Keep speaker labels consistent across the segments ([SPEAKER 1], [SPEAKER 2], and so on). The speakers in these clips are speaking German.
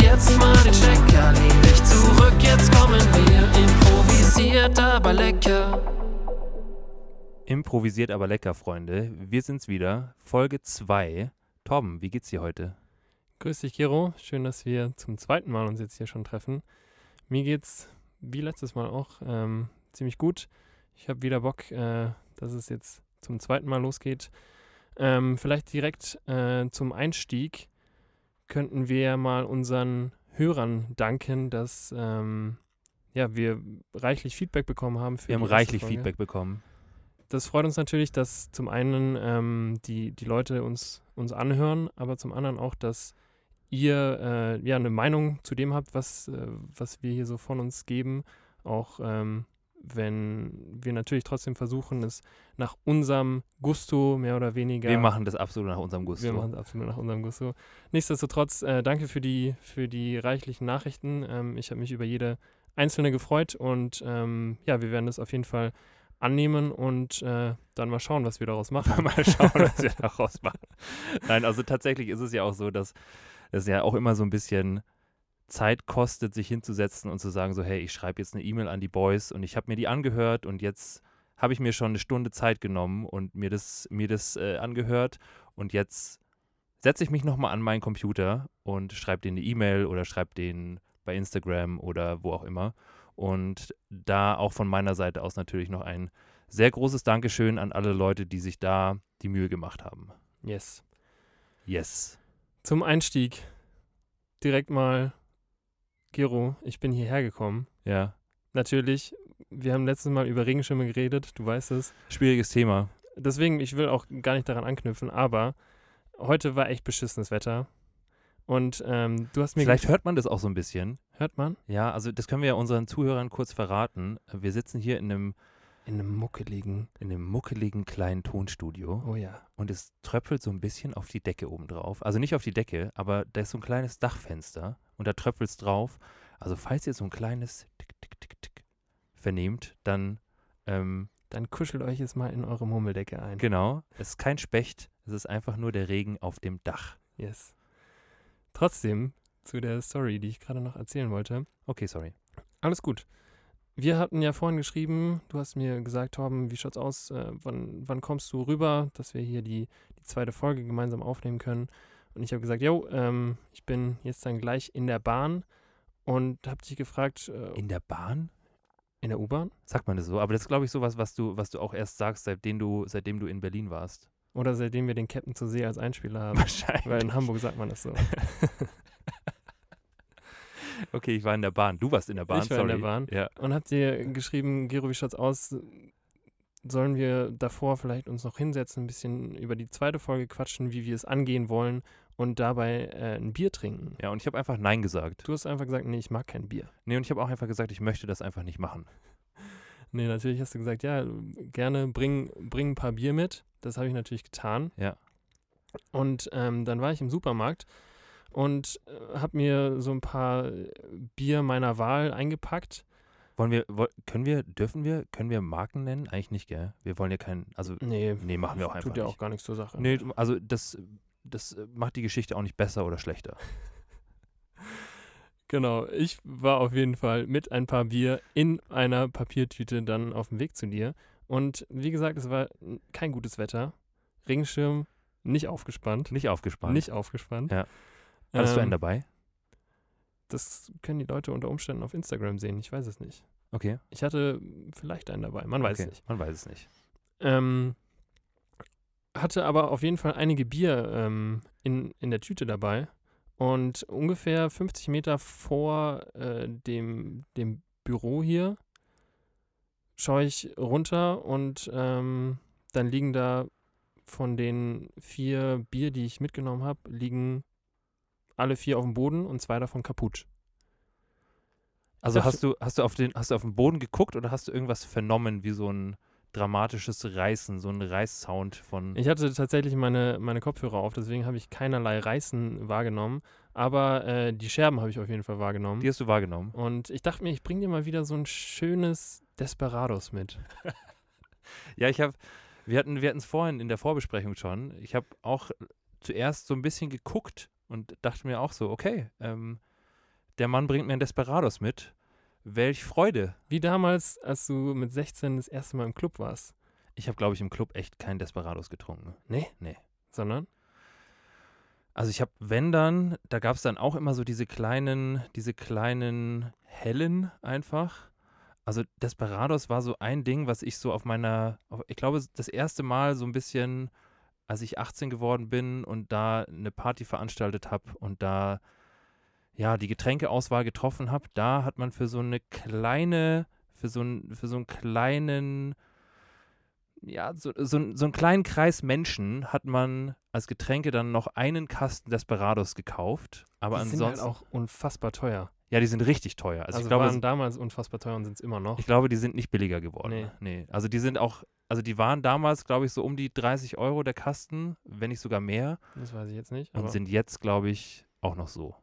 [SPEAKER 1] jetzt mal den Stecker, lehn dich zurück, jetzt kommen wir. Improvisiert, aber lecker.
[SPEAKER 2] Improvisiert aber lecker, Freunde. Wir sind's wieder. Folge 2. Torben, wie geht's dir heute?
[SPEAKER 3] Grüß dich, Gero. Schön, dass wir zum zweiten Mal uns jetzt hier schon treffen. Mir geht's wie letztes Mal auch ähm, ziemlich gut. Ich habe wieder Bock, äh, dass es jetzt zum zweiten Mal losgeht. Ähm, vielleicht direkt äh, zum Einstieg könnten wir mal unseren Hörern danken, dass ähm, ja, wir reichlich Feedback bekommen haben. Für
[SPEAKER 2] Wir haben
[SPEAKER 3] die erste
[SPEAKER 2] reichlich
[SPEAKER 3] Folge.
[SPEAKER 2] Feedback bekommen.
[SPEAKER 3] Das freut uns natürlich, dass zum einen ähm, die, die Leute uns, uns anhören, aber zum anderen auch, dass ihr äh, ja eine Meinung zu dem habt, was, äh, was wir hier so von uns geben. Auch ähm, wenn wir natürlich trotzdem versuchen, es nach unserem Gusto mehr oder weniger.
[SPEAKER 2] Wir machen das absolut nach unserem Gusto.
[SPEAKER 3] Wir machen es absolut nach unserem Gusto. Nichtsdestotrotz, äh, danke für die, für die reichlichen Nachrichten. Ähm, ich habe mich über jede einzelne gefreut und ähm, ja, wir werden das auf jeden Fall annehmen und äh, dann mal schauen, was wir daraus machen.
[SPEAKER 2] mal schauen, was wir daraus machen. Nein, also tatsächlich ist es ja auch so, dass es ja auch immer so ein bisschen Zeit kostet, sich hinzusetzen und zu sagen, so, hey, ich schreibe jetzt eine E-Mail an die Boys und ich habe mir die angehört und jetzt habe ich mir schon eine Stunde Zeit genommen und mir das, mir das äh, angehört und jetzt setze ich mich nochmal an meinen Computer und schreibe denen eine E-Mail oder schreibe denen bei Instagram oder wo auch immer. Und da auch von meiner Seite aus natürlich noch ein sehr großes Dankeschön an alle Leute, die sich da die Mühe gemacht haben.
[SPEAKER 3] Yes.
[SPEAKER 2] Yes.
[SPEAKER 3] Zum Einstieg direkt mal, Gero, ich bin hierher gekommen.
[SPEAKER 2] Ja.
[SPEAKER 3] Natürlich, wir haben letztes Mal über Regenschirme geredet, du weißt es.
[SPEAKER 2] Schwieriges Thema.
[SPEAKER 3] deswegen, ich will auch gar nicht daran anknüpfen, aber heute war echt beschissenes Wetter. Und ähm, du hast mir
[SPEAKER 2] Vielleicht hört man das auch so ein bisschen.
[SPEAKER 3] ge- hört man?
[SPEAKER 2] Ja, also das können wir ja unseren Zuhörern kurz verraten. Wir sitzen hier in einem,
[SPEAKER 3] In einem muckeligen.
[SPEAKER 2] in einem muckeligen kleinen Tonstudio
[SPEAKER 3] Oh ja.
[SPEAKER 2] und es tröpfelt so ein bisschen auf die Decke oben drauf. Also nicht auf die Decke, aber da ist so ein kleines Dachfenster und da tröpfelt es drauf. Also falls ihr so ein kleines Tick, Tick, Tick, Tick vernehmt, dann ähm,
[SPEAKER 3] Dann kuschelt euch jetzt mal in eure Mummeldecke ein.
[SPEAKER 2] genau, es ist kein Specht, es ist einfach nur der Regen auf dem Dach.
[SPEAKER 3] Yes. Trotzdem zu der Story, die ich gerade noch erzählen wollte.
[SPEAKER 2] Okay, sorry.
[SPEAKER 3] Alles gut. Wir hatten ja vorhin geschrieben, du hast mir gesagt, Torben, wie schaut's aus? Äh, wann, wann kommst du rüber, dass wir hier die, die zweite Folge gemeinsam aufnehmen können? Und ich habe gesagt, yo, ähm, ich bin jetzt dann gleich in der Bahn und habe dich gefragt, äh,
[SPEAKER 2] In der Bahn?
[SPEAKER 3] in der U-Bahn?
[SPEAKER 2] Sagt man das so? Aber das ist, glaube ich, sowas, was du, was du auch erst sagst, seitdem du, seitdem du in Berlin warst.
[SPEAKER 3] Oder seitdem wir den Captain zur See als Einspieler haben.
[SPEAKER 2] Wahrscheinlich.
[SPEAKER 3] Weil in Hamburg sagt man das so.
[SPEAKER 2] Okay, ich war in der Bahn. Du warst in der Bahn,
[SPEAKER 3] Ich war in
[SPEAKER 2] sorry.
[SPEAKER 3] der Bahn.
[SPEAKER 2] Ja.
[SPEAKER 3] Und habt ihr geschrieben, Gero, wie schaut's aus? Sollen wir davor vielleicht uns noch hinsetzen, ein bisschen über die zweite Folge quatschen, wie wir es angehen wollen und dabei äh, ein Bier trinken?
[SPEAKER 2] ja, und ich habe einfach Nein gesagt.
[SPEAKER 3] Du hast einfach gesagt, nee, ich mag kein Bier.
[SPEAKER 2] Nee, und ich habe auch einfach gesagt, ich möchte das einfach nicht machen.
[SPEAKER 3] Nee, natürlich hast du gesagt, ja, gerne bring, bring ein paar Bier mit. Das habe ich natürlich getan.
[SPEAKER 2] Ja.
[SPEAKER 3] Und ähm, dann war ich im Supermarkt und äh, habe mir so ein paar äh, Bier meiner Wahl eingepackt.
[SPEAKER 2] Wollen wir, woll- können wir, dürfen wir, können wir Marken nennen? Eigentlich nicht, gell? Wir wollen ja keinen, also,
[SPEAKER 3] Nee,
[SPEAKER 2] nee, machen wir auch einfach
[SPEAKER 3] tut ja auch
[SPEAKER 2] nicht.
[SPEAKER 3] gar nichts zur Sache.
[SPEAKER 2] Nee, also das, das macht die Geschichte auch nicht besser oder schlechter.
[SPEAKER 3] Genau, ich war auf jeden Fall mit ein paar Bier in einer Papiertüte dann auf dem Weg zu dir. Und wie gesagt, es war n- kein gutes Wetter. Regenschirm nicht aufgespannt.
[SPEAKER 2] Nicht aufgespannt.
[SPEAKER 3] Nicht aufgespannt.
[SPEAKER 2] Ja. Hattest du
[SPEAKER 3] Ähm,
[SPEAKER 2] einen dabei?
[SPEAKER 3] Das können die Leute unter Umständen auf Instagram sehen. Ich weiß es nicht.
[SPEAKER 2] Okay.
[SPEAKER 3] Ich hatte vielleicht einen dabei, man weiß
[SPEAKER 2] okay.
[SPEAKER 3] nicht.
[SPEAKER 2] Man weiß es nicht.
[SPEAKER 3] Ähm, hatte aber auf jeden Fall einige Bier ähm, in, in der Tüte dabei. Und ungefähr 50 Meter vor äh, dem, dem Büro hier schaue ich runter und ähm, dann liegen da von den vier Bier, die ich mitgenommen habe, liegen alle vier auf dem Boden und zwei davon kaputt.
[SPEAKER 2] Also
[SPEAKER 3] dachte-
[SPEAKER 2] hast du, hast du auf den, hast du auf den Boden geguckt oder hast du irgendwas vernommen, wie so ein dramatisches Reißen, so ein Reißsound von.
[SPEAKER 3] Ich hatte tatsächlich meine, meine Kopfhörer auf, deswegen habe ich keinerlei Reißen wahrgenommen. Aber äh, die Scherben habe ich auf jeden Fall wahrgenommen.
[SPEAKER 2] Die hast du wahrgenommen.
[SPEAKER 3] Und ich dachte mir, ich bringe dir mal wieder so ein schönes Desperados mit.
[SPEAKER 2] Ja, ich habe, wir hatten wir es vorhin in der Vorbesprechung schon. Ich habe auch zuerst so ein bisschen geguckt und dachte mir auch so, okay, ähm, der Mann bringt mir ein Desperados mit. Welch Freude.
[SPEAKER 3] Wie damals, als du mit 16 das erste Mal im Club warst,
[SPEAKER 2] Ich habe, glaube ich, im Club echt kein Desperados getrunken.
[SPEAKER 3] Nee?
[SPEAKER 2] Nee.
[SPEAKER 3] sondern
[SPEAKER 2] Also ich habe, wenn dann, da gab es dann auch immer so diese kleinen, diese kleinen hellen einfach. Also Desperados war so ein Ding, was ich so auf meiner, auf, ich glaube, das erste Mal so ein bisschen, als ich 18 geworden bin und da eine Party veranstaltet habe und da ja die Getränkeauswahl getroffen habe, da hat man für so eine kleine, für so, ein, für so einen kleinen ja, so, so, n- so einen kleinen Kreis Menschen hat man als Getränke dann noch einen Kasten Desperados gekauft. Aber
[SPEAKER 3] die sind halt
[SPEAKER 2] ansonsten.
[SPEAKER 3] auch unfassbar teuer.
[SPEAKER 2] ja, die sind richtig teuer. Also,
[SPEAKER 3] Also,
[SPEAKER 2] ich, glaube,
[SPEAKER 3] waren
[SPEAKER 2] s-
[SPEAKER 3] damals unfassbar teuer und sind es immer noch.
[SPEAKER 2] ich glaube, die sind nicht billiger geworden.
[SPEAKER 3] Nee.
[SPEAKER 2] nee. Also die sind auch, also die waren damals, glaube ich, so um die 30 Euro der Kasten, wenn nicht sogar mehr.
[SPEAKER 3] Das weiß ich jetzt nicht.
[SPEAKER 2] Und
[SPEAKER 3] Aber
[SPEAKER 2] sind jetzt, glaube ich, auch noch so.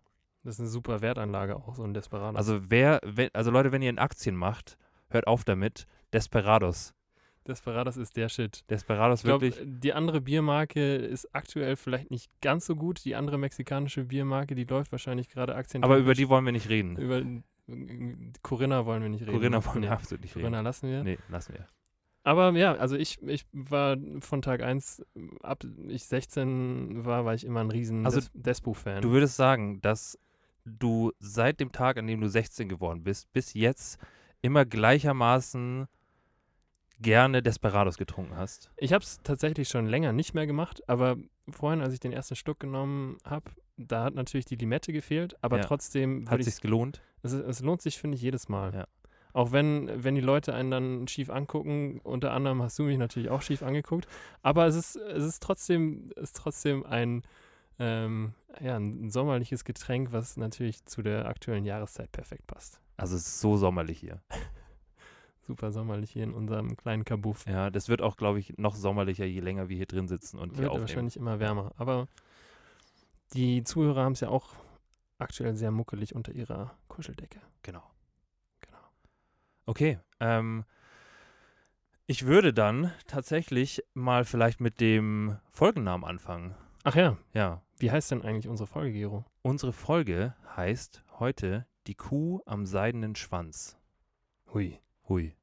[SPEAKER 3] das ist eine super Wertanlage auch, so ein Desperado.
[SPEAKER 2] Also wer, wenn, also Leute, wenn ihr in Aktien macht, hört auf damit. Desperados.
[SPEAKER 3] Desperados ist der Shit.
[SPEAKER 2] Desperados
[SPEAKER 3] Ich glaube,
[SPEAKER 2] wirklich.
[SPEAKER 3] die andere Biermarke ist aktuell vielleicht nicht ganz so gut. Die andere mexikanische Biermarke, die läuft wahrscheinlich gerade Aktien.
[SPEAKER 2] Aber über die wollen wir nicht reden.
[SPEAKER 3] äh, über Corinna wollen wir nicht reden.
[SPEAKER 2] Corinna wollen wir
[SPEAKER 3] nee,
[SPEAKER 2] absolut nicht reden.
[SPEAKER 3] Corinna lassen wir.
[SPEAKER 2] Nee, lassen wir.
[SPEAKER 3] Aber ja, also ich, ich war von Tag 1 ab ich 16 war, war ich immer ein riesen
[SPEAKER 2] Also,
[SPEAKER 3] Des Despo-Fan.
[SPEAKER 2] Du würdest sagen, dass du seit dem Tag, an dem du 16 geworden bist, bis jetzt immer gleichermaßen gerne Desperados getrunken hast.
[SPEAKER 3] Ich habe es tatsächlich schon länger nicht mehr gemacht, aber vorhin, als ich den ersten Schluck genommen habe, da hat natürlich die Limette gefehlt, aber
[SPEAKER 2] Ja.
[SPEAKER 3] trotzdem
[SPEAKER 2] Hat
[SPEAKER 3] würde ich
[SPEAKER 2] sich's gelohnt?
[SPEAKER 3] es, es lohnt sich, finde ich, jedes Mal.
[SPEAKER 2] Ja.
[SPEAKER 3] Auch wenn, wenn die Leute einen dann schief angucken, unter anderem hast du mich natürlich auch schief angeguckt, aber es ist, es ist trotzdem, es ist trotzdem ein, ähm, ja, ein sommerliches Getränk, was natürlich zu der aktuellen Jahreszeit perfekt passt.
[SPEAKER 2] Also es ist so sommerlich hier.
[SPEAKER 3] Super sommerlich hier in unserem kleinen Kabuff.
[SPEAKER 2] Ja, das wird auch, glaube ich, noch sommerlicher, je länger wir hier drin sitzen und hier
[SPEAKER 3] Wird
[SPEAKER 2] aufnehmen.
[SPEAKER 3] wahrscheinlich immer wärmer. Aber die Zuhörer haben es ja auch aktuell sehr muckelig unter ihrer Kuscheldecke.
[SPEAKER 2] Genau.
[SPEAKER 3] Genau.
[SPEAKER 2] Okay. Ähm, ich würde dann tatsächlich mal vielleicht mit dem Folgennamen anfangen.
[SPEAKER 3] Ach ja,
[SPEAKER 2] Ja,
[SPEAKER 3] wie heißt denn eigentlich unsere Folge, Gero?
[SPEAKER 2] unsere Folge heißt heute Die Kuh am seidenen Schwanz.
[SPEAKER 3] Hui,
[SPEAKER 2] Hui.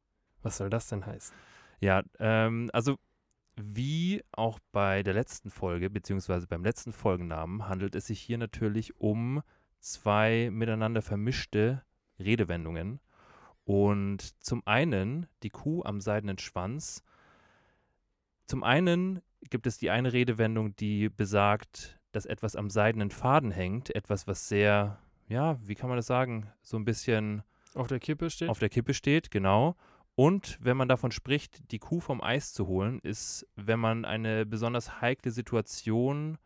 [SPEAKER 3] was soll das denn heißen?
[SPEAKER 2] Ja, ähm, also wie auch bei der letzten Folge, beziehungsweise beim letzten Folgennamen, handelt es sich hier natürlich um zwei miteinander vermischte Redewendungen. Und zum einen die Kuh am seidenen Schwanz. Zum einen gibt es die eine Redewendung, die besagt, dass etwas am seidenen Faden hängt. Etwas, was sehr, ja, wie kann man das sagen, so ein bisschen
[SPEAKER 3] Auf der Kippe steht?
[SPEAKER 2] auf der Kippe steht, genau. Und wenn man davon spricht, die Kuh vom Eis zu holen, ist, wenn man eine besonders heikle Situation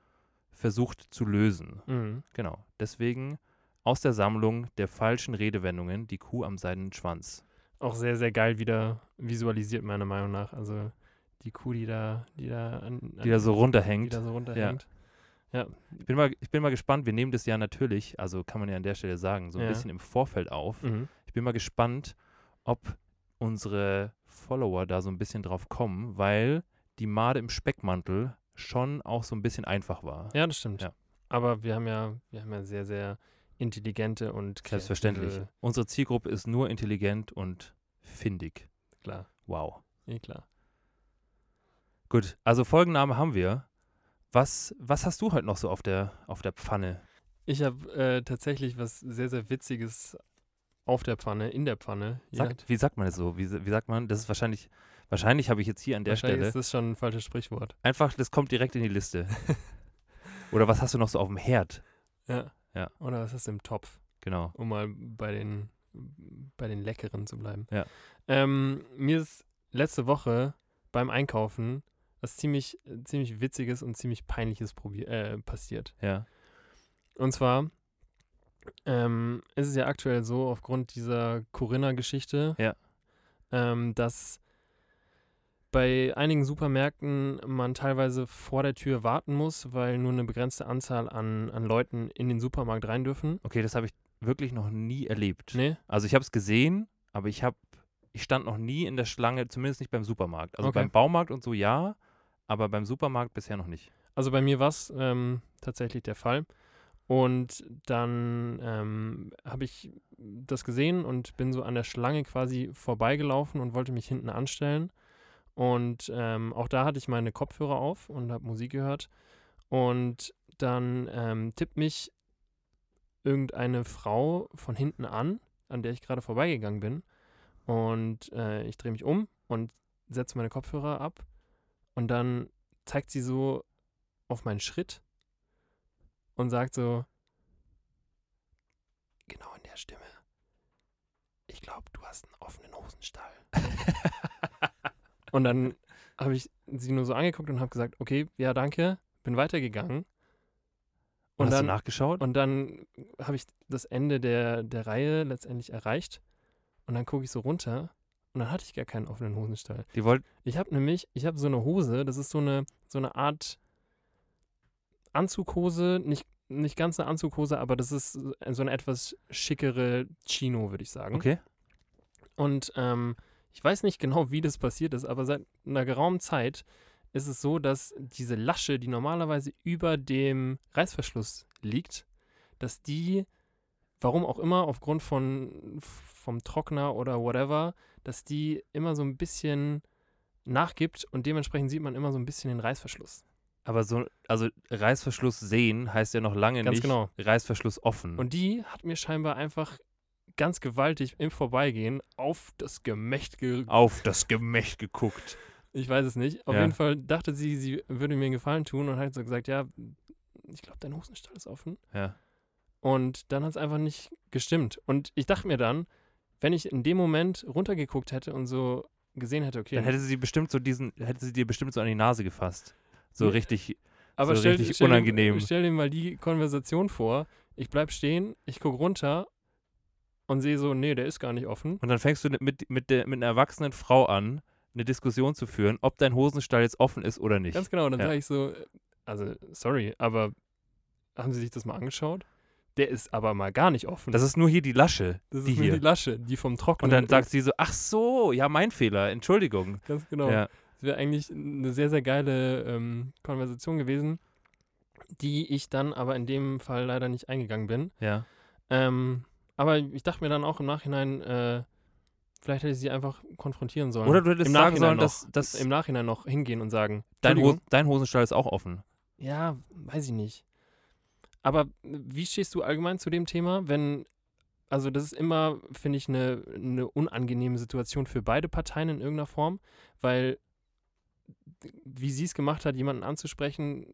[SPEAKER 2] versucht zu lösen.
[SPEAKER 3] Mhm.
[SPEAKER 2] Genau. Deswegen aus der Sammlung der falschen Redewendungen die Kuh am seidenen Schwanz.
[SPEAKER 3] Auch sehr, sehr geil wieder visualisiert, meiner Meinung nach. Also die Kuh, die da, die da, an, an,
[SPEAKER 2] Die da so
[SPEAKER 3] die
[SPEAKER 2] runterhängt.
[SPEAKER 3] da so runterhängt.
[SPEAKER 2] Ich bin, mal, ich bin mal gespannt, wir nehmen das ja natürlich, also kann man ja an der Stelle sagen, so ein
[SPEAKER 3] Ja.
[SPEAKER 2] bisschen im Vorfeld auf.
[SPEAKER 3] Mhm.
[SPEAKER 2] Ich bin mal gespannt, ob unsere Follower da so ein bisschen drauf kommen, weil die Made im Speckmantel schon auch so ein bisschen einfach war.
[SPEAKER 3] Ja, das stimmt.
[SPEAKER 2] Ja.
[SPEAKER 3] Aber wir haben ja, wir haben ja sehr, sehr intelligente und kreative-
[SPEAKER 2] Selbstverständlich.
[SPEAKER 3] Äh.
[SPEAKER 2] Unsere Zielgruppe ist nur intelligent und findig.
[SPEAKER 3] Klar,
[SPEAKER 2] Wow.
[SPEAKER 3] eh klar.
[SPEAKER 2] Gut, also Folgennamen haben wir. Was, was hast du heute noch so auf der, auf der Pfanne?
[SPEAKER 3] Ich habe äh, tatsächlich was sehr, sehr Witziges auf der Pfanne, in der Pfanne. Je
[SPEAKER 2] Sagt,
[SPEAKER 3] nach-
[SPEAKER 2] Wie sagt man das so? Wie, sa- wie sagt man? Das ist wahrscheinlich, wahrscheinlich habe ich jetzt hier an der
[SPEAKER 3] Wahrscheinlich
[SPEAKER 2] Stelle
[SPEAKER 3] ist das schon ein falsches Sprichwort.
[SPEAKER 2] einfach, das kommt direkt in die Liste. Oder was hast du noch so auf dem Herd?
[SPEAKER 3] Ja.
[SPEAKER 2] Ja.
[SPEAKER 3] Oder was ist im Topf,
[SPEAKER 2] Genau.
[SPEAKER 3] um mal bei den, bei den Leckeren zu bleiben.
[SPEAKER 2] Ja.
[SPEAKER 3] Ähm, mir ist letzte Woche beim Einkaufen was ziemlich, ziemlich Witziges und ziemlich Peinliches probier äh, passiert.
[SPEAKER 2] Ja.
[SPEAKER 3] Und zwar ähm, ist es ja aktuell so, aufgrund dieser Corinna-Geschichte,
[SPEAKER 2] Ja.
[SPEAKER 3] ähm, dass bei einigen Supermärkten man teilweise vor der Tür warten muss, weil nur eine begrenzte Anzahl an, an Leuten in den Supermarkt rein dürfen.
[SPEAKER 2] Okay, das habe ich wirklich noch nie erlebt.
[SPEAKER 3] Nee,
[SPEAKER 2] Also ich habe es gesehen, aber ich habe, ich stand noch nie in der Schlange, zumindest nicht beim Supermarkt. Also
[SPEAKER 3] Okay.
[SPEAKER 2] beim Baumarkt und so ja, aber beim Supermarkt bisher noch nicht.
[SPEAKER 3] also bei mir war es ähm, tatsächlich der Fall. Und dann ähm, habe ich das gesehen und bin so an der Schlange quasi vorbeigelaufen und wollte mich hinten anstellen. Und ähm, auch da hatte ich meine Kopfhörer auf und habe Musik gehört. Und dann ähm, tippt mich irgendeine Frau von hinten an, an der ich gerade vorbeigegangen bin. Und äh, ich drehe mich um und setze meine Kopfhörer ab. Und dann zeigt sie so auf meinen Schritt und sagt so, genau in der Stimme, ich glaube, du hast einen offenen Hosenstall. und dann habe ich sie nur so angeguckt und habe gesagt, okay, ja, danke, bin weitergegangen.
[SPEAKER 2] Und
[SPEAKER 3] Und
[SPEAKER 2] hast
[SPEAKER 3] dann,
[SPEAKER 2] du nachgeschaut?
[SPEAKER 3] und dann habe ich das Ende der, der Reihe letztendlich erreicht. Und dann gucke ich so runter und dann hatte ich gar keinen offenen Hosenstall.
[SPEAKER 2] Die wollten,
[SPEAKER 3] Ich habe nämlich, ich habe so eine Hose, das ist so eine, so eine Art Anzughose, nicht, nicht ganz eine Anzughose, aber das ist so eine etwas schickere Chino, würde ich sagen.
[SPEAKER 2] okay.
[SPEAKER 3] Und ähm, ich weiß nicht genau, wie das passiert ist, aber seit einer geraumen Zeit ist es so, dass diese Lasche, die normalerweise über dem Reißverschluss liegt, dass die, warum auch immer, aufgrund von vom Trockner oder whatever, dass die immer so ein bisschen nachgibt und dementsprechend sieht man immer so ein bisschen den Reißverschluss.
[SPEAKER 2] Aber so, also Reißverschluss sehen heißt ja noch lange
[SPEAKER 3] Ganz
[SPEAKER 2] nicht
[SPEAKER 3] genau.
[SPEAKER 2] Reißverschluss offen.
[SPEAKER 3] Und die hat mir scheinbar einfach ganz gewaltig im Vorbeigehen auf das Gemächt ge
[SPEAKER 2] auf das Gemächt geguckt.
[SPEAKER 3] Ich weiß es nicht. Auf
[SPEAKER 2] Ja.
[SPEAKER 3] jeden Fall dachte sie, sie würde mir einen Gefallen tun und hat so gesagt, ja, ich glaube, dein Hosenstall ist offen.
[SPEAKER 2] Ja.
[SPEAKER 3] Und dann hat es einfach nicht gestimmt. Und ich dachte mir dann, wenn ich in dem Moment runtergeguckt hätte und so gesehen hätte, okay,
[SPEAKER 2] Dann hätte sie bestimmt so diesen, hätte sie dir bestimmt so an die Nase gefasst. So
[SPEAKER 3] Ja.
[SPEAKER 2] richtig,
[SPEAKER 3] aber
[SPEAKER 2] so
[SPEAKER 3] stell,
[SPEAKER 2] richtig
[SPEAKER 3] stell, dir-
[SPEAKER 2] unangenehm.
[SPEAKER 3] stell dir mal die Konversation vor. Ich bleib stehen, ich gucke runter und sehe so, nee, der ist gar nicht offen.
[SPEAKER 2] und dann fängst du ne, mit, mit, der, mit einer erwachsenen Frau an, eine Diskussion zu führen, ob dein Hosenstall jetzt offen ist oder nicht.
[SPEAKER 3] Ganz genau, dann
[SPEAKER 2] Ja.
[SPEAKER 3] sage ich so, also, sorry, aber haben Sie sich das mal angeschaut? Der ist aber mal gar nicht offen.
[SPEAKER 2] Das ist nur hier die Lasche,
[SPEAKER 3] Das
[SPEAKER 2] die
[SPEAKER 3] ist nur
[SPEAKER 2] hier.
[SPEAKER 3] die Lasche, die vom Trocknen.
[SPEAKER 2] und dann
[SPEAKER 3] ist.
[SPEAKER 2] sagt sie so, ach so, ja, mein Fehler, Entschuldigung.
[SPEAKER 3] ganz genau.
[SPEAKER 2] Ja.
[SPEAKER 3] Das wäre eigentlich eine sehr, sehr geile ähm, Konversation gewesen, die ich dann aber in dem Fall leider nicht eingegangen bin.
[SPEAKER 2] ja.
[SPEAKER 3] Ähm, aber ich dachte mir dann auch im Nachhinein, äh, vielleicht hätte ich sie einfach konfrontieren sollen.
[SPEAKER 2] Oder du hättest
[SPEAKER 3] Im
[SPEAKER 2] sagen
[SPEAKER 3] Nachhinein
[SPEAKER 2] sollen,
[SPEAKER 3] noch,
[SPEAKER 2] dass, dass
[SPEAKER 3] im Nachhinein noch hingehen und sagen,
[SPEAKER 2] dein, Ho
[SPEAKER 3] Entschuldigung.
[SPEAKER 2] dein Hosenstall ist auch offen.
[SPEAKER 3] ja, weiß ich nicht. Aber wie stehst du allgemein zu dem Thema, wenn, also das ist immer, finde ich, eine, eine unangenehme Situation für beide Parteien in irgendeiner Form, weil wie sie es gemacht hat, jemanden anzusprechen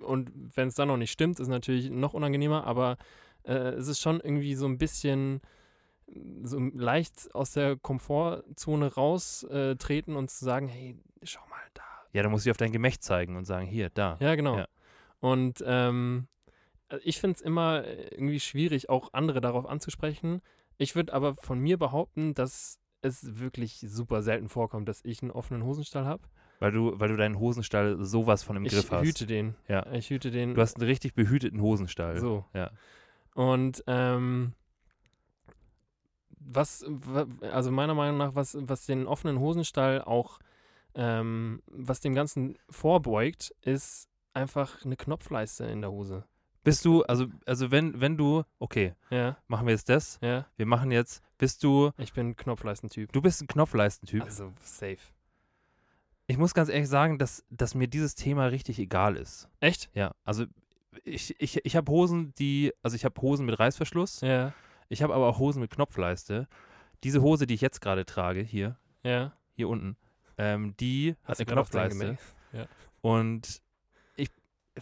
[SPEAKER 3] und wenn es dann noch nicht stimmt, ist natürlich noch unangenehmer, aber äh, es ist schon irgendwie so ein bisschen so leicht aus der Komfortzone raustreten und zu sagen, hey, schau mal, da
[SPEAKER 2] Ja, dann musst du dir auf dein Gemächt zeigen und sagen, hier, da.
[SPEAKER 3] ja, genau.
[SPEAKER 2] Ja.
[SPEAKER 3] Und ähm, also ich finde es immer äh, irgendwie schwierig, auch andere darauf anzusprechen. Ich würde aber von mir behaupten, dass es wirklich super selten vorkommt, dass ich einen offenen Hosenstall habe.
[SPEAKER 2] Weil du, weil du deinen Hosenstall sowas von im
[SPEAKER 3] Ich
[SPEAKER 2] Griff hast.
[SPEAKER 3] hüte den.
[SPEAKER 2] Ja.
[SPEAKER 3] Ich hüte den
[SPEAKER 2] Du hast einen richtig behüteten Hosenstall.
[SPEAKER 3] so.
[SPEAKER 2] Ja.
[SPEAKER 3] Und ähm, was, wa- also meiner Meinung nach, was, was den offenen Hosenstall auch, ähm, was dem Ganzen vorbeugt, ist einfach eine Knopfleiste in der Hose.
[SPEAKER 2] Bist du, also, also wenn, wenn du, okay,
[SPEAKER 3] Ja,
[SPEAKER 2] machen wir jetzt das,
[SPEAKER 3] ja.
[SPEAKER 2] wir machen jetzt, bist du,
[SPEAKER 3] Ich bin Knopfleistentyp.
[SPEAKER 2] du bist ein Knopfleistentyp.
[SPEAKER 3] Also safe.
[SPEAKER 2] Ich muss ganz ehrlich sagen, dass, dass mir dieses Thema richtig egal ist.
[SPEAKER 3] Echt?
[SPEAKER 2] Ja, also ich, ich, ich habe Hosen, die, also ich habe Hosen mit Reißverschluss,
[SPEAKER 3] Ja,
[SPEAKER 2] ich habe aber auch Hosen mit Knopfleiste. Diese Hose, die ich jetzt gerade trage, hier,
[SPEAKER 3] ja.
[SPEAKER 2] hier unten, ähm, die hat eine Knopfleiste. Und ich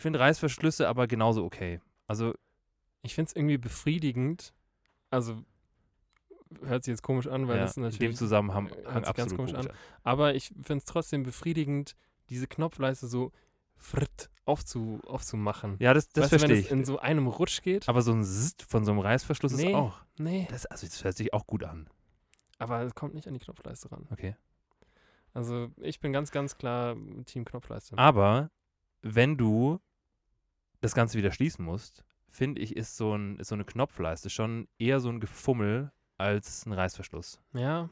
[SPEAKER 2] finde Reißverschlüsse aber genauso okay. Also
[SPEAKER 3] Ich finde es irgendwie befriedigend. Also hört sich jetzt komisch an, weil
[SPEAKER 2] ja,
[SPEAKER 3] das
[SPEAKER 2] in dem
[SPEAKER 3] natürlich.
[SPEAKER 2] Zusammenhang
[SPEAKER 3] hört sich
[SPEAKER 2] absolut
[SPEAKER 3] ganz komisch
[SPEAKER 2] komisch
[SPEAKER 3] an. aber ich finde es trotzdem befriedigend, diese Knopfleiste so fritt aufzu, aufzumachen.
[SPEAKER 2] Ja, das, das
[SPEAKER 3] weißt du, wenn
[SPEAKER 2] verstehe
[SPEAKER 3] es
[SPEAKER 2] ich.
[SPEAKER 3] in so einem Rutsch geht?
[SPEAKER 2] Aber so ein Zzt von so einem Reißverschluss
[SPEAKER 3] Nee.
[SPEAKER 2] ist auch.
[SPEAKER 3] Nee.
[SPEAKER 2] Das, also das hört sich auch gut an.
[SPEAKER 3] Aber es kommt nicht an die Knopfleiste ran.
[SPEAKER 2] Okay.
[SPEAKER 3] Also ich bin ganz, ganz klar Team Knopfleiste.
[SPEAKER 2] Aber wenn du das Ganze wieder schließen musst, finde ich, ist so, ein, ist so eine Knopfleiste schon eher so ein Gefummel als ein Reißverschluss.
[SPEAKER 3] Ja.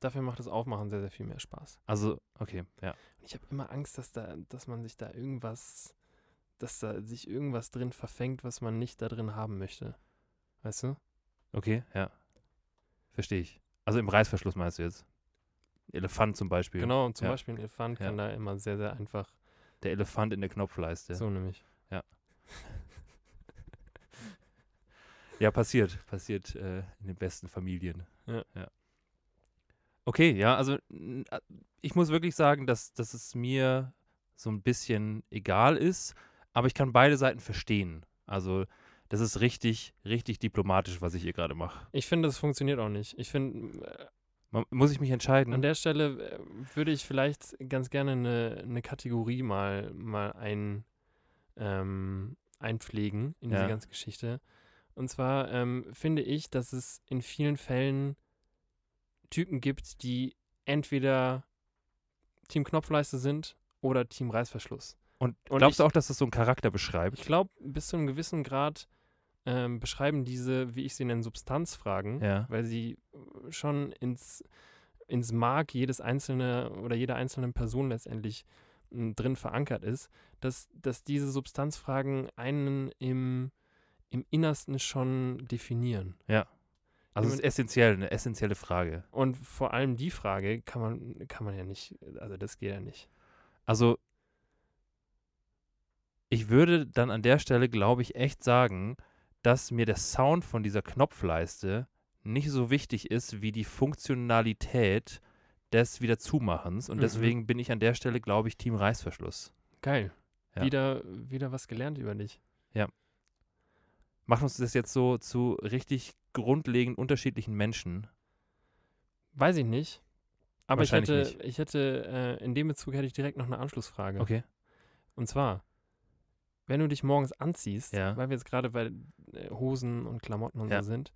[SPEAKER 3] Dafür macht das Aufmachen sehr, sehr viel mehr Spaß.
[SPEAKER 2] Also, okay, ja.
[SPEAKER 3] Ich habe immer Angst, dass, da, dass man sich da irgendwas dass da sich irgendwas drin verfängt, was man nicht da drin haben möchte. Weißt du?
[SPEAKER 2] Okay, ja. Verstehe ich. Also im Reißverschluss meinst du jetzt? Elefant zum Beispiel.
[SPEAKER 3] Genau, und zum
[SPEAKER 2] Ja.
[SPEAKER 3] Beispiel ein Elefant kann da immer sehr, sehr einfach.
[SPEAKER 2] Der Elefant in der Knopfleiste.
[SPEAKER 3] So nämlich.
[SPEAKER 2] Ja, passiert. Passiert äh, in den besten Familien.
[SPEAKER 3] Ja.
[SPEAKER 2] Okay, ja, also n- a- ich muss wirklich sagen, dass, dass es mir so ein bisschen egal ist, aber ich kann beide Seiten verstehen. Also das ist richtig, richtig diplomatisch, was ich hier gerade mache.
[SPEAKER 3] Ich finde, das funktioniert auch nicht. Ich finde, äh,
[SPEAKER 2] Man- Muss ich mich entscheiden?
[SPEAKER 3] An der Stelle äh, würde ich vielleicht ganz gerne eine, eine Kategorie mal, mal ein, ähm, einpflegen in
[SPEAKER 2] Ja.
[SPEAKER 3] diese ganze Geschichte. Und zwar ähm, finde ich, dass es in vielen Fällen Typen gibt, die entweder Team Knopfleiste sind oder Team Reißverschluss.
[SPEAKER 2] und
[SPEAKER 3] und
[SPEAKER 2] glaubst du
[SPEAKER 3] ich-
[SPEAKER 2] auch, dass das so einen Charakter beschreibt?
[SPEAKER 3] Ich glaube, bis zu einem gewissen Grad ähm, beschreiben diese, wie ich sie nenne, Substanzfragen
[SPEAKER 2] Ja.
[SPEAKER 3] weil sie äh, schon ins, ins Mark jedes einzelne oder jeder einzelnen Person letztendlich m, drin verankert ist, dass, dass diese Substanzfragen einen im, im Innersten schon definieren.
[SPEAKER 2] Also es ist essentiell, eine essentielle Frage.
[SPEAKER 3] Und vor allem die Frage kann man, kann man ja nicht, also das geht ja nicht.
[SPEAKER 2] Also, ich würde dann an der Stelle, glaube ich, echt sagen, dass mir der Sound von dieser Knopfleiste nicht so wichtig ist wie die Funktionalität des Wiederzumachens. Und
[SPEAKER 3] Mhm.
[SPEAKER 2] deswegen bin ich an der Stelle, glaube ich, Team Reißverschluss.
[SPEAKER 3] Geil.
[SPEAKER 2] Ja.
[SPEAKER 3] Wieder, wieder was gelernt über dich.
[SPEAKER 2] Macht uns das jetzt so zu richtig grundlegend unterschiedlichen Menschen?
[SPEAKER 3] Weiß ich nicht. Aber ich hätte,
[SPEAKER 2] Wahrscheinlich
[SPEAKER 3] ich hätte, äh, in dem Bezug hätte ich direkt noch eine Anschlussfrage.
[SPEAKER 2] Okay.
[SPEAKER 3] Und zwar, wenn du dich morgens anziehst,
[SPEAKER 2] Ja.
[SPEAKER 3] weil wir jetzt gerade bei äh, Hosen und Klamotten und
[SPEAKER 2] Ja.
[SPEAKER 3] so sind,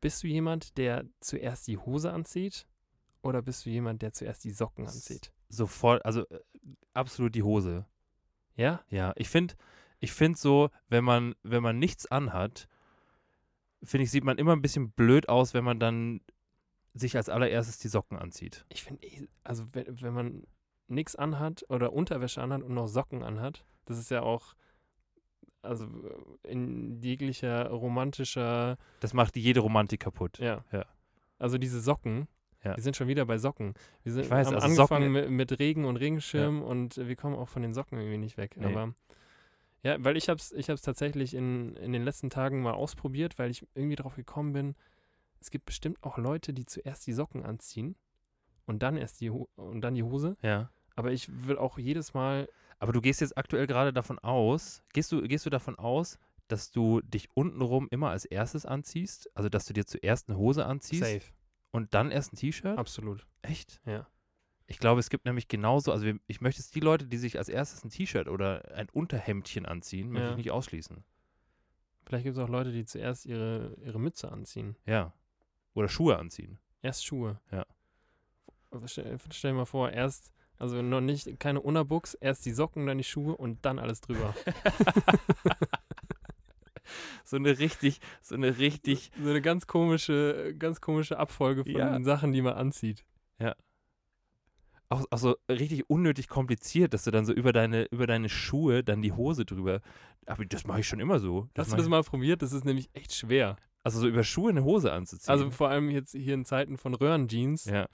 [SPEAKER 3] bist du jemand, der zuerst die Hose anzieht oder bist du jemand, der zuerst die Socken
[SPEAKER 2] S-
[SPEAKER 3] anzieht?
[SPEAKER 2] Sofort, also äh, absolut die Hose.
[SPEAKER 3] Ja?
[SPEAKER 2] Ja, ich finde, ich finde so, wenn man, wenn man nichts anhat, finde ich, sieht man immer ein bisschen blöd aus, wenn man dann sich als allererstes die Socken anzieht.
[SPEAKER 3] Ich finde, eh- also wenn, wenn man nichts anhat oder Unterwäsche anhat und noch Socken anhat, das ist ja auch, also äh, in jeglicher romantischer,
[SPEAKER 2] Das macht jede Romantik kaputt.
[SPEAKER 3] ja.
[SPEAKER 2] Ja.
[SPEAKER 3] Also diese Socken,
[SPEAKER 2] Ja.
[SPEAKER 3] wir sind schon wieder bei Socken. Wir sind
[SPEAKER 2] Ich weiß,
[SPEAKER 3] haben
[SPEAKER 2] also
[SPEAKER 3] angefangen
[SPEAKER 2] Socken-
[SPEAKER 3] mit, mit Regen und Regenschirm und äh, wir kommen auch von den Socken irgendwie nicht weg.
[SPEAKER 2] Nee.
[SPEAKER 3] Aber ja, weil ich habe es ich hab's tatsächlich in, in den letzten Tagen mal ausprobiert, weil ich irgendwie drauf gekommen bin, es gibt bestimmt auch Leute, die zuerst die Socken anziehen und dann erst die Ho und dann die Hose.
[SPEAKER 2] Ja.
[SPEAKER 3] Aber ich will auch jedes Mal,
[SPEAKER 2] Aber du gehst jetzt aktuell gerade davon aus, gehst du, gehst du davon aus, dass du dich untenrum immer als erstes anziehst? Also, dass du dir zuerst eine Hose anziehst
[SPEAKER 3] safe,
[SPEAKER 2] und dann erst ein T-Shirt?
[SPEAKER 3] absolut.
[SPEAKER 2] Echt?
[SPEAKER 3] Ja.
[SPEAKER 2] Ich glaube, es gibt nämlich genauso, also wir- ich möchte es die Leute, die sich als erstes ein T-Shirt oder ein Unterhemdchen anziehen, möchte
[SPEAKER 3] Ja.
[SPEAKER 2] ich nicht ausschließen.
[SPEAKER 3] Vielleicht gibt es auch Leute, die zuerst ihre, ihre Mütze anziehen.
[SPEAKER 2] Ja. Oder Schuhe anziehen.
[SPEAKER 3] Erst Schuhe.
[SPEAKER 2] Ja.
[SPEAKER 3] Also Stell, stell dir mal vor, erst, also noch nicht, keine Unabuchs, erst die Socken, dann die Schuhe und dann alles drüber.
[SPEAKER 2] So eine richtig, so eine richtig.
[SPEAKER 3] so eine ganz komische, ganz komische Abfolge von
[SPEAKER 2] Ja.
[SPEAKER 3] den Sachen, die man anzieht.
[SPEAKER 2] Auch, auch so richtig unnötig kompliziert, dass du dann so über deine, über deine Schuhe dann die Hose drüber. Aber das mache ich schon immer so.
[SPEAKER 3] Hast du
[SPEAKER 2] mach
[SPEAKER 3] das
[SPEAKER 2] ich-
[SPEAKER 3] mal probiert? Das ist nämlich echt schwer.
[SPEAKER 2] also so über Schuhe eine Hose anzuziehen.
[SPEAKER 3] Also vor allem jetzt hier in Zeiten von Röhrenjeans.
[SPEAKER 2] ja.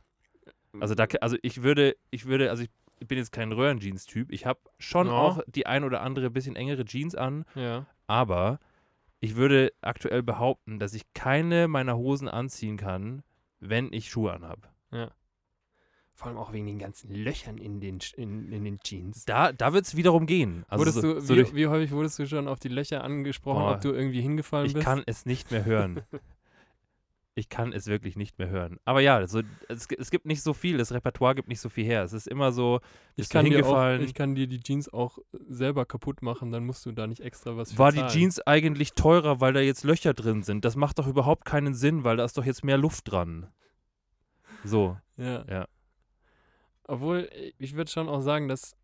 [SPEAKER 2] Also da, also ich würde, ich würde, also ich bin jetzt kein Röhrenjeans-Typ. Ich habe schon
[SPEAKER 3] Ja.
[SPEAKER 2] auch die ein oder andere bisschen engere Jeans an,
[SPEAKER 3] Ja.
[SPEAKER 2] aber ich würde aktuell behaupten, dass ich keine meiner Hosen anziehen kann, wenn ich Schuhe anhab.
[SPEAKER 3] Vor allem auch wegen den ganzen Löchern in den, Sch- in, in den Jeans.
[SPEAKER 2] Da, da wird es wiederum gehen. Also
[SPEAKER 3] wurdest
[SPEAKER 2] so,
[SPEAKER 3] du,
[SPEAKER 2] so
[SPEAKER 3] wie,
[SPEAKER 2] durch,
[SPEAKER 3] wie häufig wurdest du schon auf die Löcher angesprochen,
[SPEAKER 2] Boah.
[SPEAKER 3] ob du irgendwie hingefallen
[SPEAKER 2] Ich
[SPEAKER 3] bist?
[SPEAKER 2] kann es nicht mehr hören. ich kann es wirklich nicht mehr hören. Aber ja, also, es, gi- es gibt nicht so viel, das Repertoire gibt nicht so viel her. Es ist immer so,
[SPEAKER 3] Ich
[SPEAKER 2] bist
[SPEAKER 3] kann,
[SPEAKER 2] du
[SPEAKER 3] dir auch,
[SPEAKER 2] hingefallen?
[SPEAKER 3] ich kann dir die Jeans auch selber kaputt machen, dann musst du da nicht extra was für
[SPEAKER 2] war die
[SPEAKER 3] zahlen.
[SPEAKER 2] Jeans eigentlich teurer, weil da jetzt Löcher drin sind? Das macht doch überhaupt keinen Sinn, weil da ist doch jetzt mehr Luft dran. So,
[SPEAKER 3] Ja.
[SPEAKER 2] Ja.
[SPEAKER 3] Obwohl, äh, ich würde schon auch sagen, dass,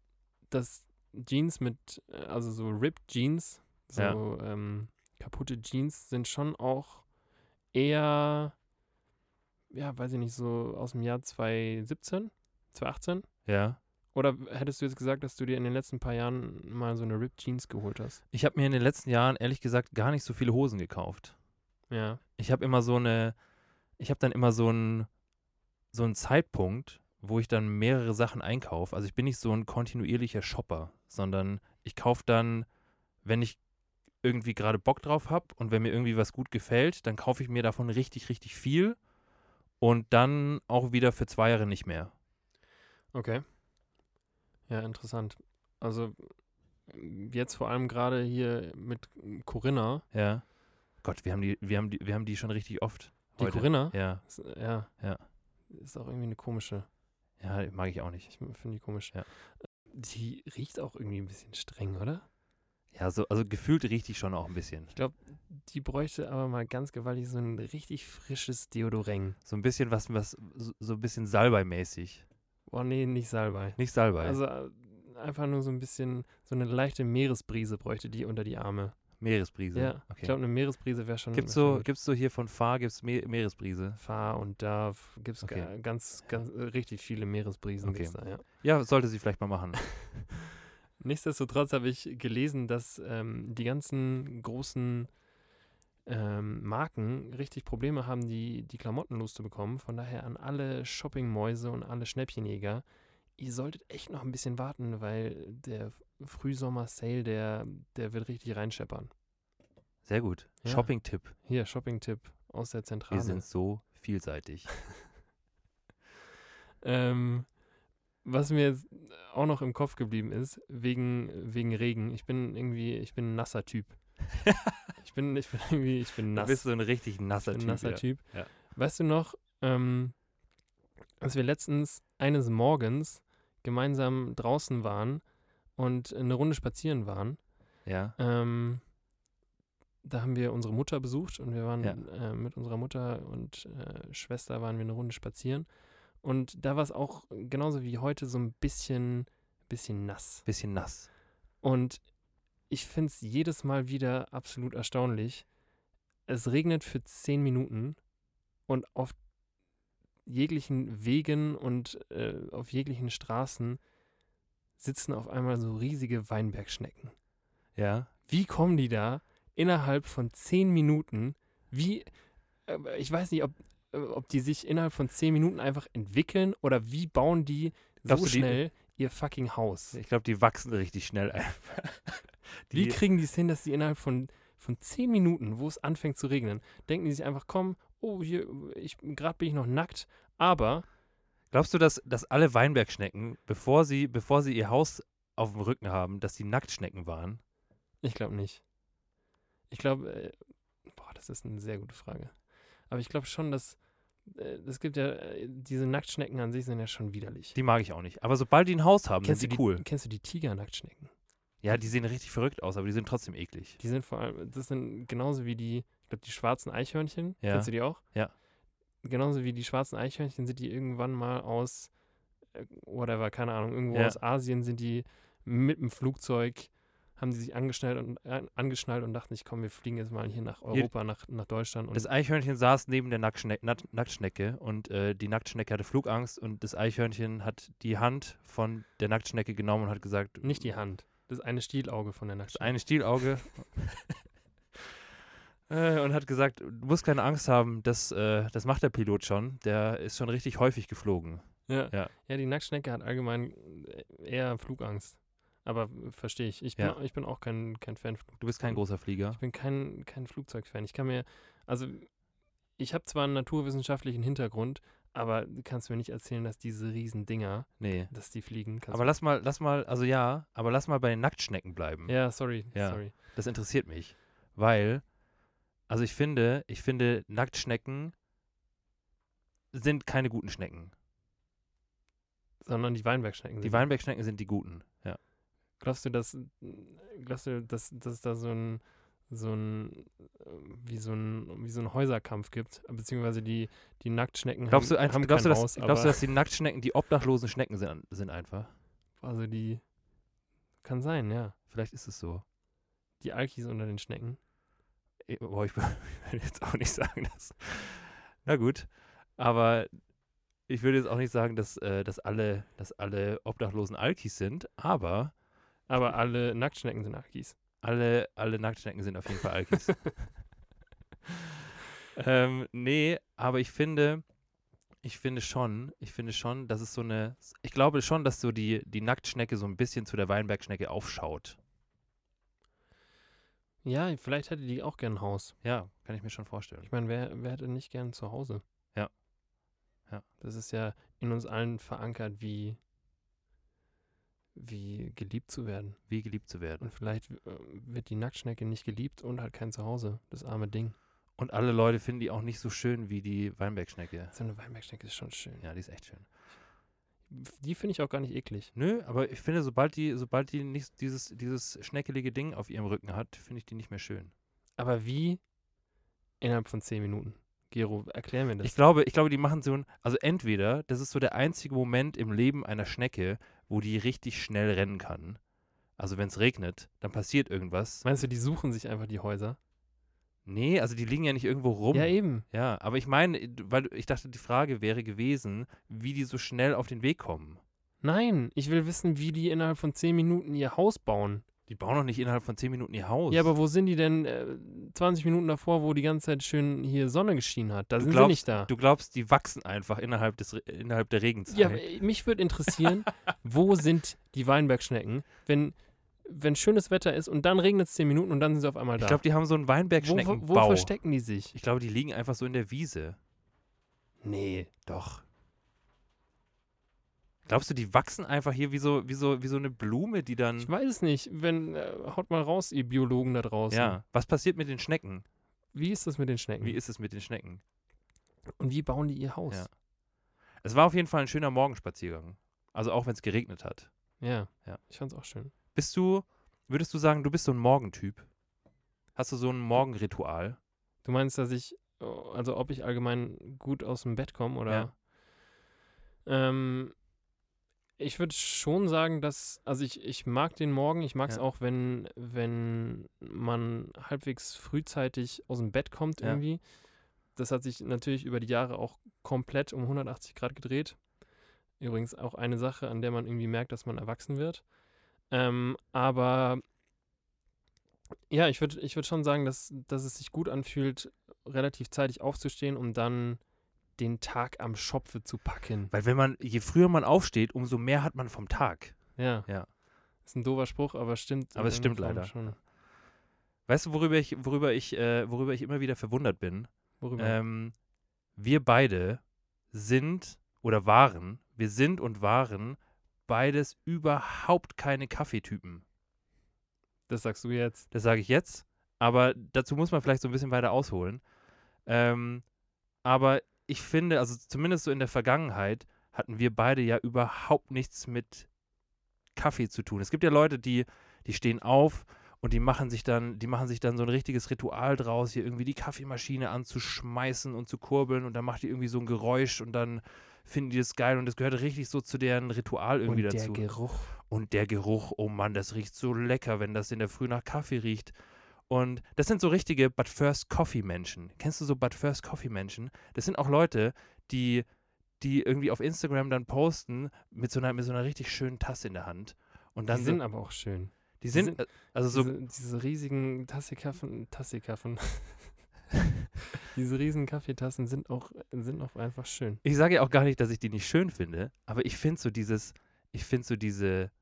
[SPEAKER 3] dass Jeans mit, äh, also so Ripped Jeans, so
[SPEAKER 2] Ja.
[SPEAKER 3] ähm, kaputte Jeans sind schon auch eher, ja, weiß ich nicht, so aus dem Jahr 2017, 2018
[SPEAKER 2] ja.
[SPEAKER 3] Oder hättest du jetzt gesagt, dass du dir in den letzten paar Jahren mal so eine Ripped Jeans geholt hast?
[SPEAKER 2] Ich habe mir in den letzten Jahren ehrlich gesagt gar nicht so viele Hosen gekauft.
[SPEAKER 3] Ja.
[SPEAKER 2] Ich habe immer so eine, ich habe dann immer so einen, so einen Zeitpunkt, wo ich dann mehrere Sachen einkaufe. Also ich bin nicht so ein kontinuierlicher Shopper, sondern ich kaufe dann, wenn ich irgendwie gerade Bock drauf habe und wenn mir irgendwie was gut gefällt, dann kaufe ich mir davon richtig, richtig viel und dann auch wieder für zwei Jahre nicht mehr.
[SPEAKER 3] Okay. Ja, interessant. Also m, jetzt vor allem gerade hier mit m, Corinna.
[SPEAKER 2] Ja. Gott, wir haben die, wir haben die, wir haben die schon richtig oft.
[SPEAKER 3] Die
[SPEAKER 2] heute.
[SPEAKER 3] Corinna?
[SPEAKER 2] Ja,
[SPEAKER 3] Ist, äh, ja.
[SPEAKER 2] Ja.
[SPEAKER 3] Ist auch irgendwie eine komische.
[SPEAKER 2] ja, mag ich auch nicht.
[SPEAKER 3] Ich finde die komisch. Äh,
[SPEAKER 2] Ja.
[SPEAKER 3] Die riecht auch irgendwie ein bisschen streng, oder?
[SPEAKER 2] Ja, so, also gefühlt riecht die schon auch ein bisschen.
[SPEAKER 3] Ich glaube, die bräuchte aber mal ganz gewaltig so ein richtig frisches Deodorang.
[SPEAKER 2] So ein bisschen was, was so so ein bisschen Salbei-mäßig.
[SPEAKER 3] Oh nee, nicht Salbei.
[SPEAKER 2] Nicht Salbei,
[SPEAKER 3] Also äh, einfach nur so ein bisschen, so eine leichte Meeresbrise bräuchte die unter die Arme.
[SPEAKER 2] Meeresbrise.
[SPEAKER 3] Ja, halt ich
[SPEAKER 2] okay.
[SPEAKER 3] glaube, eine Meeresbrise wäre schon.
[SPEAKER 2] Gibt's
[SPEAKER 3] wär schon
[SPEAKER 2] so,
[SPEAKER 3] gut.
[SPEAKER 2] gibt's so hier von Fahr, gibt's Me Meeresbrise?
[SPEAKER 3] Fahr und da gibt es
[SPEAKER 2] Okay.
[SPEAKER 3] ganz, ganz äh, richtig viele Meeresbrisen.
[SPEAKER 2] Okay.
[SPEAKER 3] gibt's Da, ja.
[SPEAKER 2] Ja, sollte sie vielleicht mal machen.
[SPEAKER 3] Nichtsdestotrotz habe ich gelesen, dass ähm, die ganzen großen ähm, Marken richtig Probleme haben, die, die Klamotten loszubekommen. Von daher an alle Shoppingmäuse und alle Schnäppchenjäger, ihr solltet echt noch ein bisschen warten, weil der Frühsommer-Sale, der, der wird richtig reinscheppern.
[SPEAKER 2] Sehr gut.
[SPEAKER 3] Ja.
[SPEAKER 2] Shopping-Tipp.
[SPEAKER 3] Hier, Shopping-Tipp aus der Zentrale.
[SPEAKER 2] Wir sind so vielseitig.
[SPEAKER 3] Ähm, was mir jetzt auch noch im Kopf geblieben ist, wegen, wegen Regen. Ich bin irgendwie, ich bin ein nasser Typ. ich bin, ich bin irgendwie, ich bin
[SPEAKER 2] Du
[SPEAKER 3] nass.
[SPEAKER 2] bist so ein richtig
[SPEAKER 3] ich
[SPEAKER 2] nasser
[SPEAKER 3] bin
[SPEAKER 2] Typ.
[SPEAKER 3] ein nasser
[SPEAKER 2] ja.
[SPEAKER 3] Typ.
[SPEAKER 2] Ja.
[SPEAKER 3] Weißt du noch, ähm, als wir letztens eines Morgens gemeinsam draußen waren und eine Runde spazieren waren,
[SPEAKER 2] Ja.
[SPEAKER 3] ähm, da haben wir unsere Mutter besucht und wir waren
[SPEAKER 2] Ja.
[SPEAKER 3] äh, mit unserer Mutter und äh, Schwester waren wir eine Runde spazieren. Und da war es auch genauso wie heute so ein bisschen, bisschen nass.
[SPEAKER 2] Bisschen nass.
[SPEAKER 3] Und ich finde es jedes Mal wieder absolut erstaunlich. Es regnet für zehn Minuten und auf jeglichen Wegen und äh, auf jeglichen Straßen sitzen auf einmal so riesige Weinbergschnecken.
[SPEAKER 2] Ja.
[SPEAKER 3] Wie kommen die da innerhalb von zehn Minuten? Wie, äh, ich weiß nicht, ob, äh, ob die sich innerhalb von zehn Minuten einfach entwickeln oder wie bauen die so
[SPEAKER 2] Glaubst du, die-
[SPEAKER 3] schnell ihr fucking Haus?
[SPEAKER 2] Ich glaube, die wachsen richtig schnell einfach.
[SPEAKER 3] Wie kriegen die es hin, dass die innerhalb von, von zehn Minuten, wo es anfängt zu regnen, denken die sich einfach, komm, oh, hier, ich, gerade bin ich noch nackt, aber
[SPEAKER 2] Glaubst du, dass, dass alle Weinbergschnecken, bevor sie, bevor sie ihr Haus auf dem Rücken haben, dass die Nacktschnecken waren?
[SPEAKER 3] ich glaube nicht. Ich glaube, äh, boah, das ist eine sehr gute Frage. Aber ich glaube schon, dass, äh, es gibt ja, äh, diese Nacktschnecken an sich sind ja schon widerlich.
[SPEAKER 2] Die mag ich auch nicht. Aber sobald die ein Haus haben, sind
[SPEAKER 3] du
[SPEAKER 2] sie
[SPEAKER 3] die,
[SPEAKER 2] cool.
[SPEAKER 3] Kennst du die Tiger-Nacktschnecken?
[SPEAKER 2] Ja, die sehen richtig verrückt aus, aber die sind trotzdem eklig.
[SPEAKER 3] Die sind vor allem, das sind genauso wie die, ich glaube, die schwarzen Eichhörnchen.
[SPEAKER 2] Ja.
[SPEAKER 3] Kennst du die auch?
[SPEAKER 2] Ja.
[SPEAKER 3] Genauso wie die schwarzen Eichhörnchen sind die irgendwann mal aus, äh, whatever, keine Ahnung, irgendwo
[SPEAKER 2] Ja.
[SPEAKER 3] aus Asien sind die mit dem Flugzeug, haben die sich angeschnallt und, äh, angeschnallt und dachten, ich komm, wir fliegen jetzt mal hier nach Europa, nach, nach Deutschland. Und
[SPEAKER 2] Das Eichhörnchen saß neben der Nacktschne Nack- Nacktschnecke und äh, die Nacktschnecke hatte Flugangst und das Eichhörnchen hat die Hand von der Nacktschnecke genommen und hat gesagt,
[SPEAKER 3] nicht die Hand. Das eine Stielauge von der
[SPEAKER 2] das
[SPEAKER 3] Nacktschnecke.
[SPEAKER 2] eine Stielauge äh, und hat gesagt, du musst keine Angst haben, das, äh, das macht der Pilot schon, der ist schon richtig häufig geflogen.
[SPEAKER 3] Ja.
[SPEAKER 2] Ja.
[SPEAKER 3] ja. die Nacktschnecke hat allgemein äh, eher Flugangst. Aber äh, verstehe ich. Ich bin,
[SPEAKER 2] Ja.
[SPEAKER 3] ich bin auch kein, kein Fan.
[SPEAKER 2] Du bist kein großer Flieger.
[SPEAKER 3] Ich bin kein, kein Flugzeugfan. Ich kann mir, also ich habe zwar einen naturwissenschaftlichen Hintergrund, aber du kannst mir nicht erzählen, dass diese riesen Dinger,
[SPEAKER 2] Nee.
[SPEAKER 3] dass die fliegen. Kannst
[SPEAKER 2] Aber lass mal, lass mal, also ja, aber lass mal bei den Nacktschnecken bleiben.
[SPEAKER 3] du, ja, sorry,
[SPEAKER 2] Ja.
[SPEAKER 3] sorry.
[SPEAKER 2] Das interessiert mich, weil, also ich finde, ich finde Nacktschnecken sind keine guten Schnecken.
[SPEAKER 3] Sondern die Weinbergschnecken.
[SPEAKER 2] Die
[SPEAKER 3] sind-
[SPEAKER 2] Weinbergschnecken sind die guten. Ja.
[SPEAKER 3] Glaubst du, dass, glaubst du, dass, dass da so ein, so ein, äh, wie so ein, wie so ein Häuserkampf gibt? Beziehungsweise die, die Nacktschnecken
[SPEAKER 2] Glaubst du,
[SPEAKER 3] haben,
[SPEAKER 2] ein,
[SPEAKER 3] haben
[SPEAKER 2] glaubst, du
[SPEAKER 3] kein
[SPEAKER 2] dass,
[SPEAKER 3] Haus,
[SPEAKER 2] glaubst du,
[SPEAKER 3] aber
[SPEAKER 2] dass die Nacktschnecken die obdachlosen Schnecken sind, sind einfach?
[SPEAKER 3] also die, kann sein, ja.
[SPEAKER 2] Vielleicht ist es so.
[SPEAKER 3] Die Alkis unter den Schnecken.
[SPEAKER 2] Eh, Boah, ich will jetzt auch nicht sagen, dass. Na gut. Aber ich würde jetzt auch nicht sagen, dass, äh, dass, alle, dass alle Obdachlosen Alkis sind, aber
[SPEAKER 3] Aber alle Nacktschnecken sind Alkis.
[SPEAKER 2] alle, alle Nacktschnecken sind auf jeden Fall Alkis. ähm, nee, aber ich finde, ich finde schon, ich finde schon, dass es so eine, ich glaube schon, dass so die, die Nacktschnecke so ein bisschen zu der Weinbergschnecke aufschaut.
[SPEAKER 3] Ja, vielleicht hätte die auch gern ein Haus.
[SPEAKER 2] Ja, kann ich mir schon vorstellen.
[SPEAKER 3] Ich meine, wer, wer hätte nicht gern zu Hause?
[SPEAKER 2] Ja. Ja.
[SPEAKER 3] Das ist ja in uns allen verankert, wie, wie geliebt zu werden.
[SPEAKER 2] Wie geliebt zu werden.
[SPEAKER 3] Und vielleicht äh, wird die Nacktschnecke nicht geliebt und hat kein Zuhause. Das arme Ding.
[SPEAKER 2] Und alle Leute finden die auch nicht so schön wie die Weinbergschnecke.
[SPEAKER 3] So eine Weinbergschnecke ist schon schön.
[SPEAKER 2] Ja, die ist echt schön.
[SPEAKER 3] Die finde ich auch gar nicht eklig.
[SPEAKER 2] Nö, aber ich finde, sobald die, sobald die nicht dieses, dieses schneckelige Ding auf ihrem Rücken hat, finde ich die nicht mehr schön.
[SPEAKER 3] Aber wie innerhalb von zehn Minuten? Gero, erklär mir das.
[SPEAKER 2] Ich glaube, ich glaube, die machen so ein, also entweder, das ist so der einzige Moment im Leben einer Schnecke, wo die richtig schnell rennen kann. Also wenn es regnet, dann passiert irgendwas.
[SPEAKER 3] Meinst du, die suchen sich einfach die Häuser?
[SPEAKER 2] Nee, also die liegen ja nicht irgendwo rum.
[SPEAKER 3] Ja, eben.
[SPEAKER 2] Ja, aber ich meine, äh, weil du- ich dachte, die Frage wäre gewesen, wie die so schnell auf den Weg kommen.
[SPEAKER 3] Nein, ich will wissen, wie die innerhalb von zehn Minuten ihr Haus bauen.
[SPEAKER 2] Die bauen doch nicht innerhalb von zehn Minuten ihr Haus.
[SPEAKER 3] Ja, aber wo sind die denn äh, 20 Minuten davor, wo die ganze Zeit schön hier Sonne geschienen hat? Da
[SPEAKER 2] Du
[SPEAKER 3] sind
[SPEAKER 2] glaubst-
[SPEAKER 3] sie nicht da.
[SPEAKER 2] Du glaubst, die wachsen einfach innerhalb, des, Re- innerhalb der Regenzeit.
[SPEAKER 3] ja, aber, äh, mich würde interessieren, wo sind die Weinbergschnecken, wenn, wenn schönes Wetter ist und dann regnet es 10 Minuten und dann sind sie auf einmal da.
[SPEAKER 2] ich glaube, die haben so einen
[SPEAKER 3] wo, wo,
[SPEAKER 2] Weinbergschneckenbau.
[SPEAKER 3] wo verstecken die sich?
[SPEAKER 2] ich glaube, die liegen einfach so in der Wiese.
[SPEAKER 3] Nee.
[SPEAKER 2] Doch. Glaubst du, die wachsen einfach hier wie so, wie so, wie so eine Blume, die dann.
[SPEAKER 3] Ich weiß es nicht. Wenn, äh, haut mal raus, ihr Biologen da draußen. Mhm.
[SPEAKER 2] Ja. Was passiert mit den Schnecken?
[SPEAKER 3] Wie ist das mit den Schnecken?
[SPEAKER 2] Wie ist es mit den Schnecken?
[SPEAKER 3] und wie bauen die ihr Haus?
[SPEAKER 2] Ja. Es war auf jeden Fall ein schöner Morgenspaziergang. Also auch wenn es geregnet hat.
[SPEAKER 3] Ja.
[SPEAKER 2] Ja.
[SPEAKER 3] Ich fand's auch schön.
[SPEAKER 2] Bist du, würdest du sagen, du bist so ein Morgentyp? Hast du so ein Morgenritual?
[SPEAKER 3] Du meinst, dass ich, oh, also ob ich allgemein gut aus dem Bett komme oder?
[SPEAKER 2] Ja.
[SPEAKER 3] Ähm, ich würde schon sagen, dass, also ich, ich mag den Morgen, ich mag es
[SPEAKER 2] Ja.
[SPEAKER 3] auch, wenn, wenn man halbwegs frühzeitig aus dem Bett kommt
[SPEAKER 2] Ja.
[SPEAKER 3] irgendwie. Das hat sich natürlich über die Jahre auch komplett um 180 Grad gedreht. Übrigens auch eine Sache, an der man irgendwie merkt, dass man erwachsen wird. Ähm, aber ja, ich würde ich würd schon sagen, dass, dass es sich gut anfühlt, relativ zeitig aufzustehen, um dann den Tag am Schopfe zu packen.
[SPEAKER 2] Weil wenn man, je früher man aufsteht, umso mehr hat man vom Tag.
[SPEAKER 3] Ja.
[SPEAKER 2] Ja.
[SPEAKER 3] Ist ein doofer Spruch, aber stimmt.
[SPEAKER 2] Aber
[SPEAKER 3] in
[SPEAKER 2] es stimmt
[SPEAKER 3] irgendeiner
[SPEAKER 2] leider.
[SPEAKER 3] Form Schon.
[SPEAKER 2] Weißt du, worüber ich, worüber ich, äh, worüber ich immer wieder verwundert bin?
[SPEAKER 3] Worüber?
[SPEAKER 2] Ähm, wir beide sind oder waren, wir sind und waren beides überhaupt keine Kaffeetypen.
[SPEAKER 3] das sagst du jetzt.
[SPEAKER 2] Das sage ich jetzt, aber dazu muss man vielleicht so ein bisschen weiter ausholen. Ähm, aber ich finde, also zumindest so in der Vergangenheit hatten wir beide ja überhaupt nichts mit Kaffee zu tun. Es gibt ja Leute, die, die stehen auf und die machen sich dann, die machen sich dann so ein richtiges Ritual draus, hier irgendwie die Kaffeemaschine anzuschmeißen und zu kurbeln und dann macht die irgendwie so ein Geräusch und dann finden die das geil und das gehört richtig so zu deren Ritual irgendwie
[SPEAKER 3] Und der
[SPEAKER 2] dazu.
[SPEAKER 3] Geruch.
[SPEAKER 2] Und der Geruch, oh Mann, das riecht so lecker, wenn das in der Früh nach Kaffee riecht. Und das sind so richtige But First Coffee Menschen. Kennst du so But First Coffee Menschen? Das sind auch Leute, die, die irgendwie auf Instagram dann posten mit so einer, mit so einer richtig schönen Tasse in der Hand. Und dann
[SPEAKER 3] die sind
[SPEAKER 2] so,
[SPEAKER 3] aber auch schön.
[SPEAKER 2] die sind,
[SPEAKER 3] sind-
[SPEAKER 2] äh, also so,
[SPEAKER 3] diese, diese riesigen Tassikaffen, Tassikaffen. diese riesen Kaffeetassen sind auch, sind auch einfach schön.
[SPEAKER 2] ich sage ja auch gar nicht, dass ich die nicht schön finde, aber ich finde so dieses, ich finde so diese,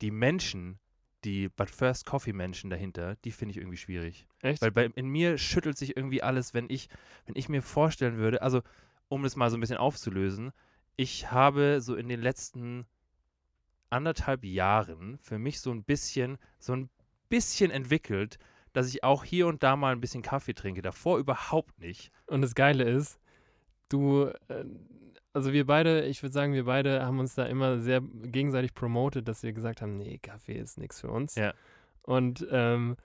[SPEAKER 2] die Menschen, die But First Coffee Menschen dahinter, die finde ich irgendwie schwierig.
[SPEAKER 3] Echt?
[SPEAKER 2] Weil bei, in mir schüttelt sich irgendwie alles, wenn ich, wenn ich mir vorstellen würde, also um es mal so ein bisschen aufzulösen, ich habe so in den letzten anderthalb Jahren für mich so ein bisschen, so ein bisschen entwickelt, dass ich auch hier und da mal ein bisschen Kaffee trinke. Davor überhaupt nicht.
[SPEAKER 3] Und das Geile ist, du, äh, also wir beide, ich würde sagen, wir beide haben uns da immer sehr gegenseitig promotet, dass wir gesagt haben, nee, Kaffee ist nichts für uns.
[SPEAKER 2] Ja.
[SPEAKER 3] Und ähm,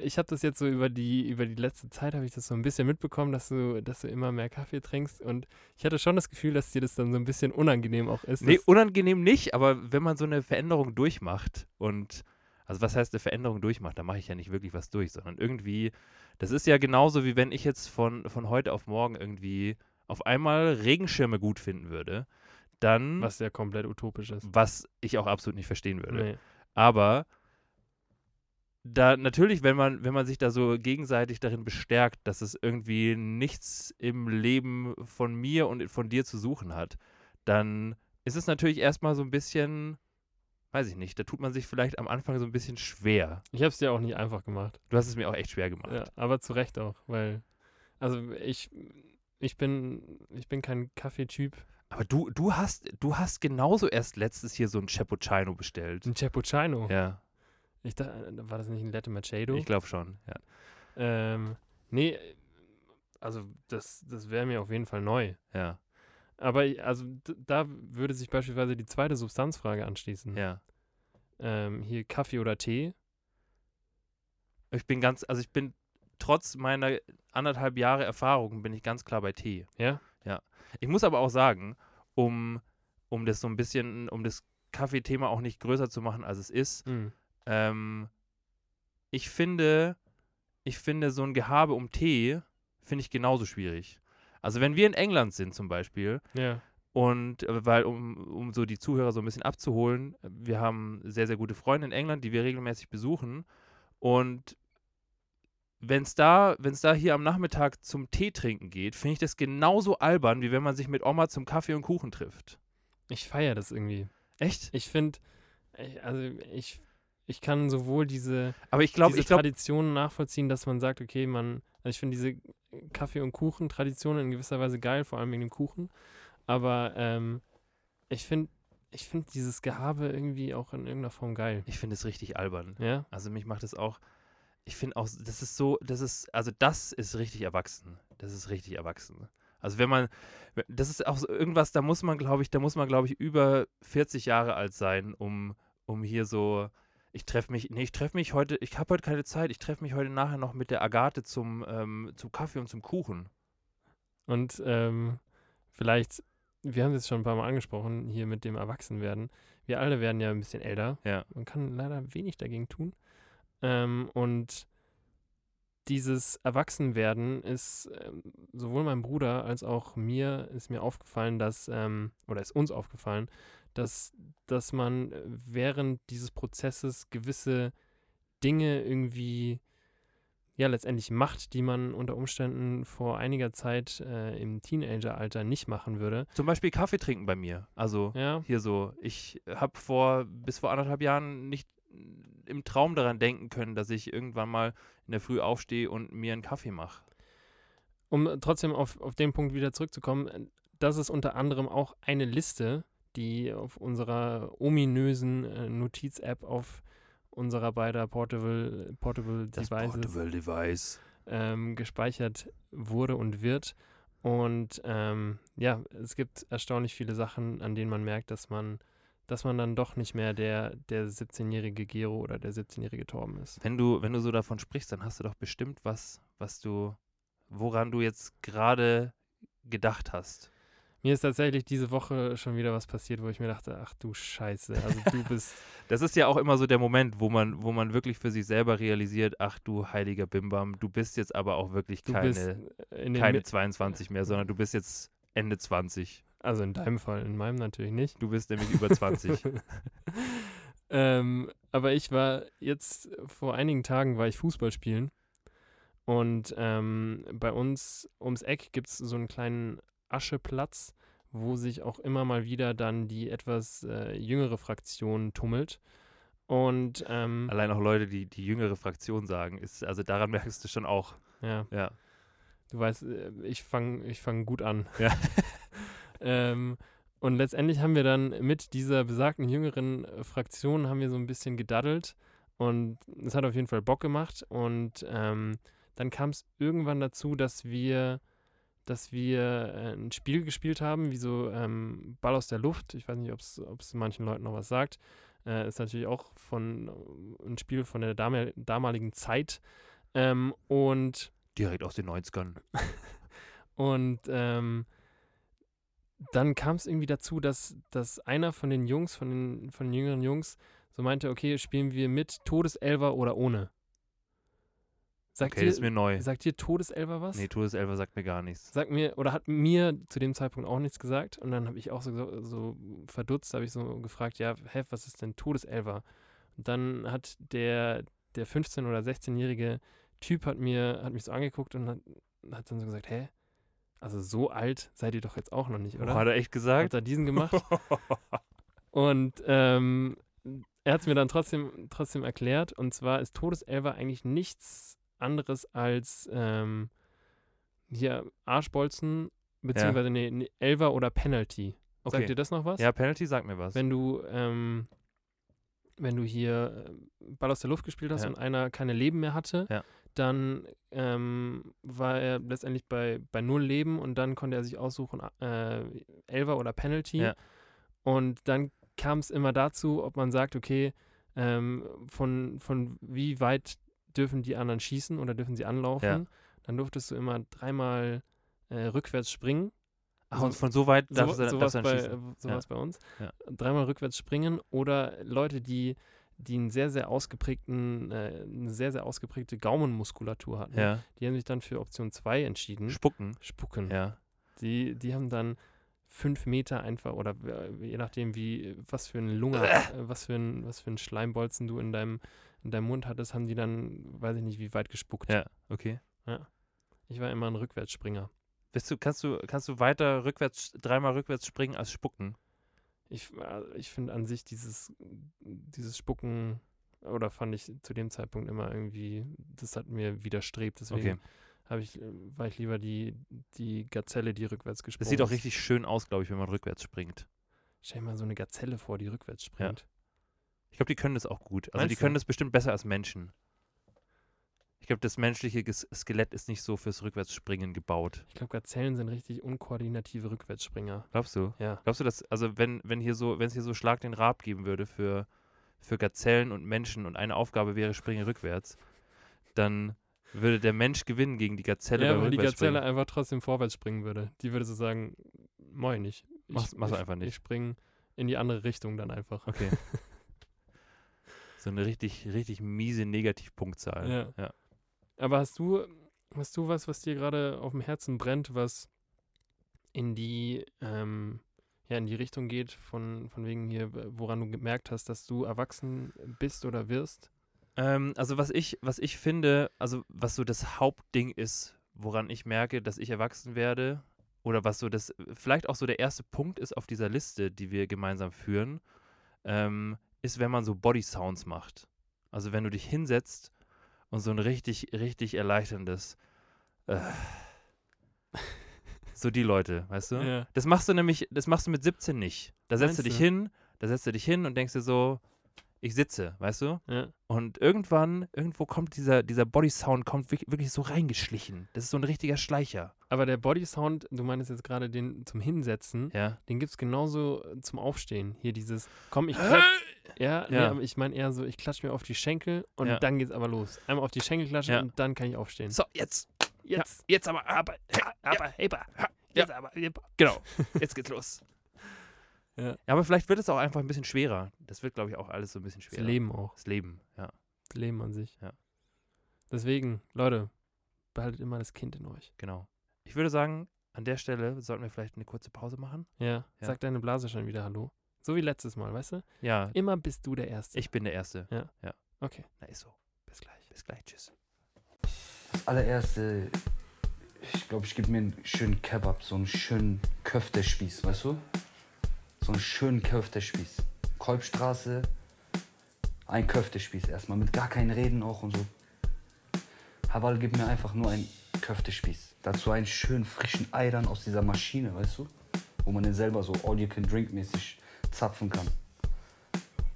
[SPEAKER 3] ich habe das jetzt so über die, über die letzte Zeit habe ich das so ein bisschen mitbekommen, dass du, dass du immer mehr Kaffee trinkst. Und ich hatte schon das Gefühl, dass dir das dann so ein bisschen unangenehm auch ist.
[SPEAKER 2] Nee,
[SPEAKER 3] dass-
[SPEAKER 2] unangenehm nicht, aber wenn man so eine Veränderung durchmacht und also was heißt eine Veränderung durchmacht, da mache ich ja nicht wirklich was durch, sondern irgendwie, das ist ja genauso wie wenn ich jetzt von, von heute auf morgen irgendwie auf einmal Regenschirme gut finden würde, dann, was,
[SPEAKER 3] was ja komplett utopisch ist.
[SPEAKER 2] ich auch absolut nicht verstehen würde.
[SPEAKER 3] Nee.
[SPEAKER 2] Aber da natürlich, wenn man, wenn man sich da so gegenseitig darin bestärkt, dass es irgendwie nichts im Leben von mir und von dir zu suchen hat, dann ist es natürlich erstmal so ein bisschen, weiß ich nicht, da tut man sich vielleicht am Anfang so ein bisschen schwer.
[SPEAKER 3] Ich habe es dir auch nicht einfach gemacht.
[SPEAKER 2] Du hast es mir auch echt schwer gemacht.
[SPEAKER 3] Ja, aber zu Recht auch, weil, also ich, ich bin, ich bin kein Kaffeetyp.
[SPEAKER 2] Aber du, du hast, du hast genauso erst letztes hier so ein Cappuccino bestellt.
[SPEAKER 3] Ein Cappuccino.
[SPEAKER 2] Ja,
[SPEAKER 3] Ich dachte, war das nicht ein Latte Machado?
[SPEAKER 2] ich glaube schon. Ja.
[SPEAKER 3] Ähm, nee, also das, das wäre mir auf jeden Fall neu.
[SPEAKER 2] ja,
[SPEAKER 3] Aber ich- also d- da würde sich beispielsweise die zweite Substanzfrage anschließen.
[SPEAKER 2] ja.
[SPEAKER 3] Ähm, hier Kaffee oder Tee?
[SPEAKER 2] Ich bin ganz, also ich bin trotz meiner anderthalb Jahre Erfahrung bin ich ganz klar bei Tee.
[SPEAKER 3] Ja?
[SPEAKER 2] Ja. Ich muss aber auch sagen, um, um das so ein bisschen, um das Kaffeethema auch nicht größer zu machen, als es ist,
[SPEAKER 3] Hm.
[SPEAKER 2] ähm, ich finde, ich finde so ein Gehabe um Tee finde ich genauso schwierig. Also wenn wir in England sind zum Beispiel
[SPEAKER 3] Ja.
[SPEAKER 2] und äh, weil, um, um so die Zuhörer so ein bisschen abzuholen, äh, wir haben sehr, sehr gute Freunde in England, die wir regelmäßig besuchen. Und wenn es da, wenn's da hier am Nachmittag zum Tee trinken geht, finde ich das genauso albern, wie wenn man sich mit Oma zum Kaffee und Kuchen trifft.
[SPEAKER 3] Ich feiere das irgendwie.
[SPEAKER 2] Echt?
[SPEAKER 3] Ich finde, also ich, ich kann sowohl diese,
[SPEAKER 2] Aber ich glaube,
[SPEAKER 3] diese
[SPEAKER 2] ich glaube,
[SPEAKER 3] Traditionen nachvollziehen, dass man sagt, okay, man, also ich finde diese Kaffee- und Kuchen-Traditionen in gewisser Weise geil, vor allem wegen dem Kuchen. Aber ähm, ich finde, ich finde dieses Gehabe irgendwie auch in irgendeiner Form geil.
[SPEAKER 2] ich finde es richtig albern.
[SPEAKER 3] Ja?
[SPEAKER 2] Also mich macht das auch, ich finde auch, das ist so, das ist, also das ist richtig erwachsen. Das ist richtig erwachsen. Also wenn man, we- das ist auch so irgendwas, da muss man, glaube ich, da muss man, glaube ich, über 40 Jahre alt sein, um, um hier so, ich treffe mich, nee, ich treffe mich heute, ich habe heute keine Zeit, ich treffe mich heute nachher noch mit der Agathe zum, ähm, zum Kaffee und zum Kuchen.
[SPEAKER 3] Und ähm, vielleicht, wir haben es jetzt schon ein paar Mal angesprochen, hier mit dem Erwachsenwerden. Wir alle werden ja ein bisschen älter.
[SPEAKER 2] Ja.
[SPEAKER 3] Man kann leider wenig dagegen tun. Ähm, und dieses Erwachsenwerden ist ähm, sowohl meinem Bruder als auch mir ist mir aufgefallen, dass, ähm, oder ist uns aufgefallen, dass, dass man äh, während dieses Prozesses gewisse Dinge irgendwie ja letztendlich macht, die man unter Umständen vor einiger Zeit äh, im Teenageralter nicht machen würde.
[SPEAKER 2] Zum Beispiel Kaffee trinken bei mir. Also
[SPEAKER 3] Ja,
[SPEAKER 2] hier so, ich habe vor bis vor anderthalb Jahren nicht im Traum daran denken können, dass ich irgendwann mal in der Früh aufstehe und mir einen Kaffee mache.
[SPEAKER 3] um trotzdem auf, auf den Punkt wieder zurückzukommen, äh, das ist unter anderem auch eine Liste, die auf unserer ominösen äh, Notiz-App auf unserer beider Portable, Portable Devices
[SPEAKER 2] Device.
[SPEAKER 3] ähm, gespeichert wurde und wird. Und ähm, ja, es gibt erstaunlich viele Sachen, an denen man merkt, dass man, dass man dann doch nicht mehr der, der 17-jährige Gero oder der 17-jährige Torben ist.
[SPEAKER 2] Wenn du, wenn du so davon sprichst, dann hast du doch bestimmt was, was du, woran du jetzt gerade gedacht hast.
[SPEAKER 3] Mir ist tatsächlich diese Woche schon wieder was passiert, wo ich mir dachte, ach du Scheiße, also du bist,
[SPEAKER 2] Das ist ja auch immer so der Moment, wo man, wo man wirklich für sich selber realisiert, ach du heiliger Bimbam, du bist jetzt aber auch wirklich
[SPEAKER 3] du bist
[SPEAKER 2] keine,
[SPEAKER 3] in den
[SPEAKER 2] keine
[SPEAKER 3] Mi-
[SPEAKER 2] 22 mehr, sondern du bist jetzt Ende 20.
[SPEAKER 3] also in deinem Fall, in meinem natürlich nicht.
[SPEAKER 2] Du bist nämlich über 20.
[SPEAKER 3] ähm, aber ich war jetzt vor einigen Tagen war ich Fußball spielen und ähm, bei uns ums Eck gibt es so einen kleinen Ascheplatz, wo sich auch immer mal wieder dann die etwas äh, jüngere Fraktion tummelt. Und ähm,
[SPEAKER 2] Allein auch Leute, die die jüngere Fraktion sagen, ist, also daran merkst du schon auch,
[SPEAKER 3] ja,
[SPEAKER 2] ja.
[SPEAKER 3] du weißt, äh, ich fange ich fang gut an.
[SPEAKER 2] Ja.
[SPEAKER 3] ähm, und letztendlich haben wir dann mit dieser besagten jüngeren äh, Fraktion haben wir so ein bisschen gedaddelt und es hat auf jeden Fall Bock gemacht und ähm, dann kam es irgendwann dazu, dass wir dass wir äh, ein Spiel gespielt haben, wie so ähm, Ball aus der Luft. Ich weiß nicht, ob es manchen Leuten noch was sagt. Äh, ist natürlich auch von äh, ein Spiel von der damal damaligen Zeit. Ähm, und
[SPEAKER 2] Direkt aus den 90ern.
[SPEAKER 3] und ähm, dann kam es irgendwie dazu, dass, dass einer von den Jungs, von den, von den jüngeren Jungs, so meinte, okay, spielen wir mit Todeselver oder ohne. Sagt,
[SPEAKER 2] Okay, das ist
[SPEAKER 3] dir,
[SPEAKER 2] mir neu.
[SPEAKER 3] sagt dir Todeselber was?
[SPEAKER 2] Nee, Todeselfer sagt mir gar nichts.
[SPEAKER 3] sagt mir oder hat mir zu dem Zeitpunkt auch nichts gesagt und dann habe ich auch so, so, so verdutzt, habe ich so gefragt, ja, hä, was ist denn Todeselfer? Und dann hat der der 15 oder 16-jährige Typ hat mir hat mich so angeguckt und hat, hat dann so gesagt, hä? Also so alt seid ihr doch jetzt auch noch nicht, oder?
[SPEAKER 2] Oh, hat er echt
[SPEAKER 3] hat
[SPEAKER 2] gesagt?
[SPEAKER 3] er diesen gemacht und ähm, er hat es mir dann trotzdem, trotzdem erklärt. Und zwar ist Todeselver eigentlich nichts anderes als ähm, hier Arschbolzen, beziehungsweise nee, nee, Elver oder Penalty. Sagt
[SPEAKER 2] Okay.
[SPEAKER 3] dir das noch was?
[SPEAKER 2] Ja, Penalty sagt mir was.
[SPEAKER 3] Wenn du, ähm, wenn du hier ähm, Ball aus der Luft gespielt hast
[SPEAKER 2] Ja.
[SPEAKER 3] und einer keine Leben mehr hatte,
[SPEAKER 2] Ja.
[SPEAKER 3] dann ähm, war er letztendlich bei, bei null Leben und dann konnte er sich aussuchen, äh, Elfer oder Penalty.
[SPEAKER 2] Ja.
[SPEAKER 3] Und dann kam es immer dazu, ob man sagt, okay, ähm, von, von wie weit dürfen die anderen schießen oder dürfen sie anlaufen.
[SPEAKER 2] Ja.
[SPEAKER 3] Dann durftest du immer dreimal äh, rückwärts springen Also
[SPEAKER 2] Ach, und Also von so weit
[SPEAKER 3] so,
[SPEAKER 2] darfst du dann,
[SPEAKER 3] sowas
[SPEAKER 2] darfst du dann
[SPEAKER 3] bei,
[SPEAKER 2] schießen.
[SPEAKER 3] äh, sowas bei uns.
[SPEAKER 2] Ja.
[SPEAKER 3] Dreimal rückwärts springen oder Leute, die, die einen sehr, sehr ausgeprägten, äh, eine sehr, sehr ausgeprägte Gaumenmuskulatur hatten.
[SPEAKER 2] Ja.
[SPEAKER 3] Die haben sich dann für Option 2 entschieden.
[SPEAKER 2] Spucken.
[SPEAKER 3] Spucken.
[SPEAKER 2] Ja.
[SPEAKER 3] Die, die haben dann fünf Meter einfach oder äh, je nachdem wie was für eine Lunge äh, was für ein was für ein Schleimbolzen du in deinem in deinem Mund hattest haben die dann weiß ich nicht wie weit gespuckt
[SPEAKER 2] Ja, okay.
[SPEAKER 3] ich war immer ein Rückwärtsspringer
[SPEAKER 2] Bist du, kannst du, kannst du weiter rückwärts, dreimal rückwärts springen als spucken?
[SPEAKER 3] Ich, äh, ich finde an sich dieses, dieses Spucken, oder fand ich zu dem Zeitpunkt immer irgendwie, das hat mir widerstrebt. Deswegen
[SPEAKER 2] Okay.
[SPEAKER 3] hab ich, äh, war ich lieber die, die Gazelle, die rückwärts gesprungen
[SPEAKER 2] Das sieht auch
[SPEAKER 3] ist.
[SPEAKER 2] richtig schön aus, glaube ich, wenn man rückwärts springt.
[SPEAKER 3] Stell dir mal so eine Gazelle vor, die rückwärts springt.
[SPEAKER 2] Ich glaube, die können das auch gut. Also
[SPEAKER 3] Meinst
[SPEAKER 2] die
[SPEAKER 3] du?
[SPEAKER 2] können das bestimmt besser als Menschen. Ich glaube, das menschliche Ges Skelett ist nicht so fürs Rückwärtsspringen gebaut.
[SPEAKER 3] Ich glaube, Gazellen sind richtig unkoordinative Rückwärtsspringer.
[SPEAKER 2] Glaubst du?
[SPEAKER 3] Ja.
[SPEAKER 2] Glaubst du, dass, also wenn, wenn hier so, wenn es hier so Schlag den Rab geben würde für, für Gazellen und Menschen und eine Aufgabe wäre, springe rückwärts, dann würde der Mensch gewinnen gegen die Gazelle
[SPEAKER 3] Ja,
[SPEAKER 2] beim
[SPEAKER 3] weil die
[SPEAKER 2] Rückwärtsspringen.
[SPEAKER 3] Gazelle einfach trotzdem vorwärts springen würde. Die würde so sagen, mach ich nicht. Ich,
[SPEAKER 2] Mach's- mach's
[SPEAKER 3] ich,
[SPEAKER 2] einfach nicht.
[SPEAKER 3] Ich springe in die andere Richtung dann einfach.
[SPEAKER 2] Okay. so eine richtig, richtig miese Negativpunktzahl.
[SPEAKER 3] Ja.
[SPEAKER 2] ja.
[SPEAKER 3] Aber hast du, hast du was, was dir gerade auf dem Herzen brennt, was in die, ähm, ja, in die Richtung geht, von, von wegen hier, w- woran du gemerkt hast, dass du erwachsen bist oder wirst?
[SPEAKER 2] Ähm, also was ich, was ich finde, also was so das Hauptding ist, woran ich merke, dass ich erwachsen werde, oder was so das, vielleicht auch so der erste Punkt ist auf dieser Liste, die wir gemeinsam führen, ähm, ist, wenn man so Body Sounds macht. Also wenn du dich hinsetzt und so ein richtig, richtig erleichterndes, äh, so die Leute, weißt du?
[SPEAKER 3] Ja.
[SPEAKER 2] Das machst du nämlich, das machst du mit 17 nicht. Da setzt du
[SPEAKER 3] Meinst
[SPEAKER 2] dich
[SPEAKER 3] du?
[SPEAKER 2] hin, da setzt du dich hin und denkst dir so, ich sitze, weißt du?
[SPEAKER 3] ja.
[SPEAKER 2] Und irgendwann, irgendwo kommt dieser, dieser Body-Sound, kommt wirk- wirklich so reingeschlichen. Das ist so ein richtiger Schleicher.
[SPEAKER 3] Aber der Body Sound, du meinst jetzt gerade den zum Hinsetzen,
[SPEAKER 2] Ja.
[SPEAKER 3] den gibt es genauso äh, zum Aufstehen. Hier dieses, komm, ich klatsch. Ja, Nee,
[SPEAKER 2] Ja.
[SPEAKER 3] aber ich meine eher so, ich klatsche mir auf die Schenkel und
[SPEAKER 2] Ja.
[SPEAKER 3] dann geht's aber los. Einmal auf die Schenkel klatschen
[SPEAKER 2] Ja.
[SPEAKER 3] und dann kann ich aufstehen.
[SPEAKER 2] So, jetzt,
[SPEAKER 3] Jetzt.
[SPEAKER 2] jetzt aber, aber, ja, aber, aber, jetzt aber, aber. Genau, jetzt geht's los.
[SPEAKER 3] Ja.
[SPEAKER 2] aber vielleicht wird es auch einfach ein bisschen schwerer. Das wird, glaube ich, auch alles so ein bisschen
[SPEAKER 3] Das
[SPEAKER 2] schwerer.
[SPEAKER 3] Leben auch.
[SPEAKER 2] Das Leben, ja.
[SPEAKER 3] Das Leben an sich.
[SPEAKER 2] Ja.
[SPEAKER 3] Deswegen, Leute, behaltet immer das Kind in euch.
[SPEAKER 2] Genau. Ich würde sagen, an der Stelle sollten wir vielleicht eine kurze Pause machen.
[SPEAKER 3] Ja.
[SPEAKER 2] Ja.
[SPEAKER 3] Sag deine Blase schon wieder Hallo. So wie letztes Mal, weißt du?
[SPEAKER 2] Ja,
[SPEAKER 3] Immer bist du der Erste.
[SPEAKER 2] ich bin der Erste.
[SPEAKER 3] Ja.
[SPEAKER 2] Ja.
[SPEAKER 3] Okay.
[SPEAKER 2] Na, ist so.
[SPEAKER 3] Bis gleich.
[SPEAKER 2] Bis gleich, tschüss.
[SPEAKER 4] Das allererste, ich glaube, ich gebe mir einen schönen Kebab, so einen schönen Köftespieß, weißt du? So einen schönen Köftespieß. Kolbstraße, ein Köftespieß erstmal, mit gar keinen Reden auch und so. Hawal gibt mir einfach nur einen Köftespieß. Dazu einen schönen frischen Ei dann aus dieser Maschine, weißt du? Wo man den selber so all-you-can-drink-mäßig zapfen kann.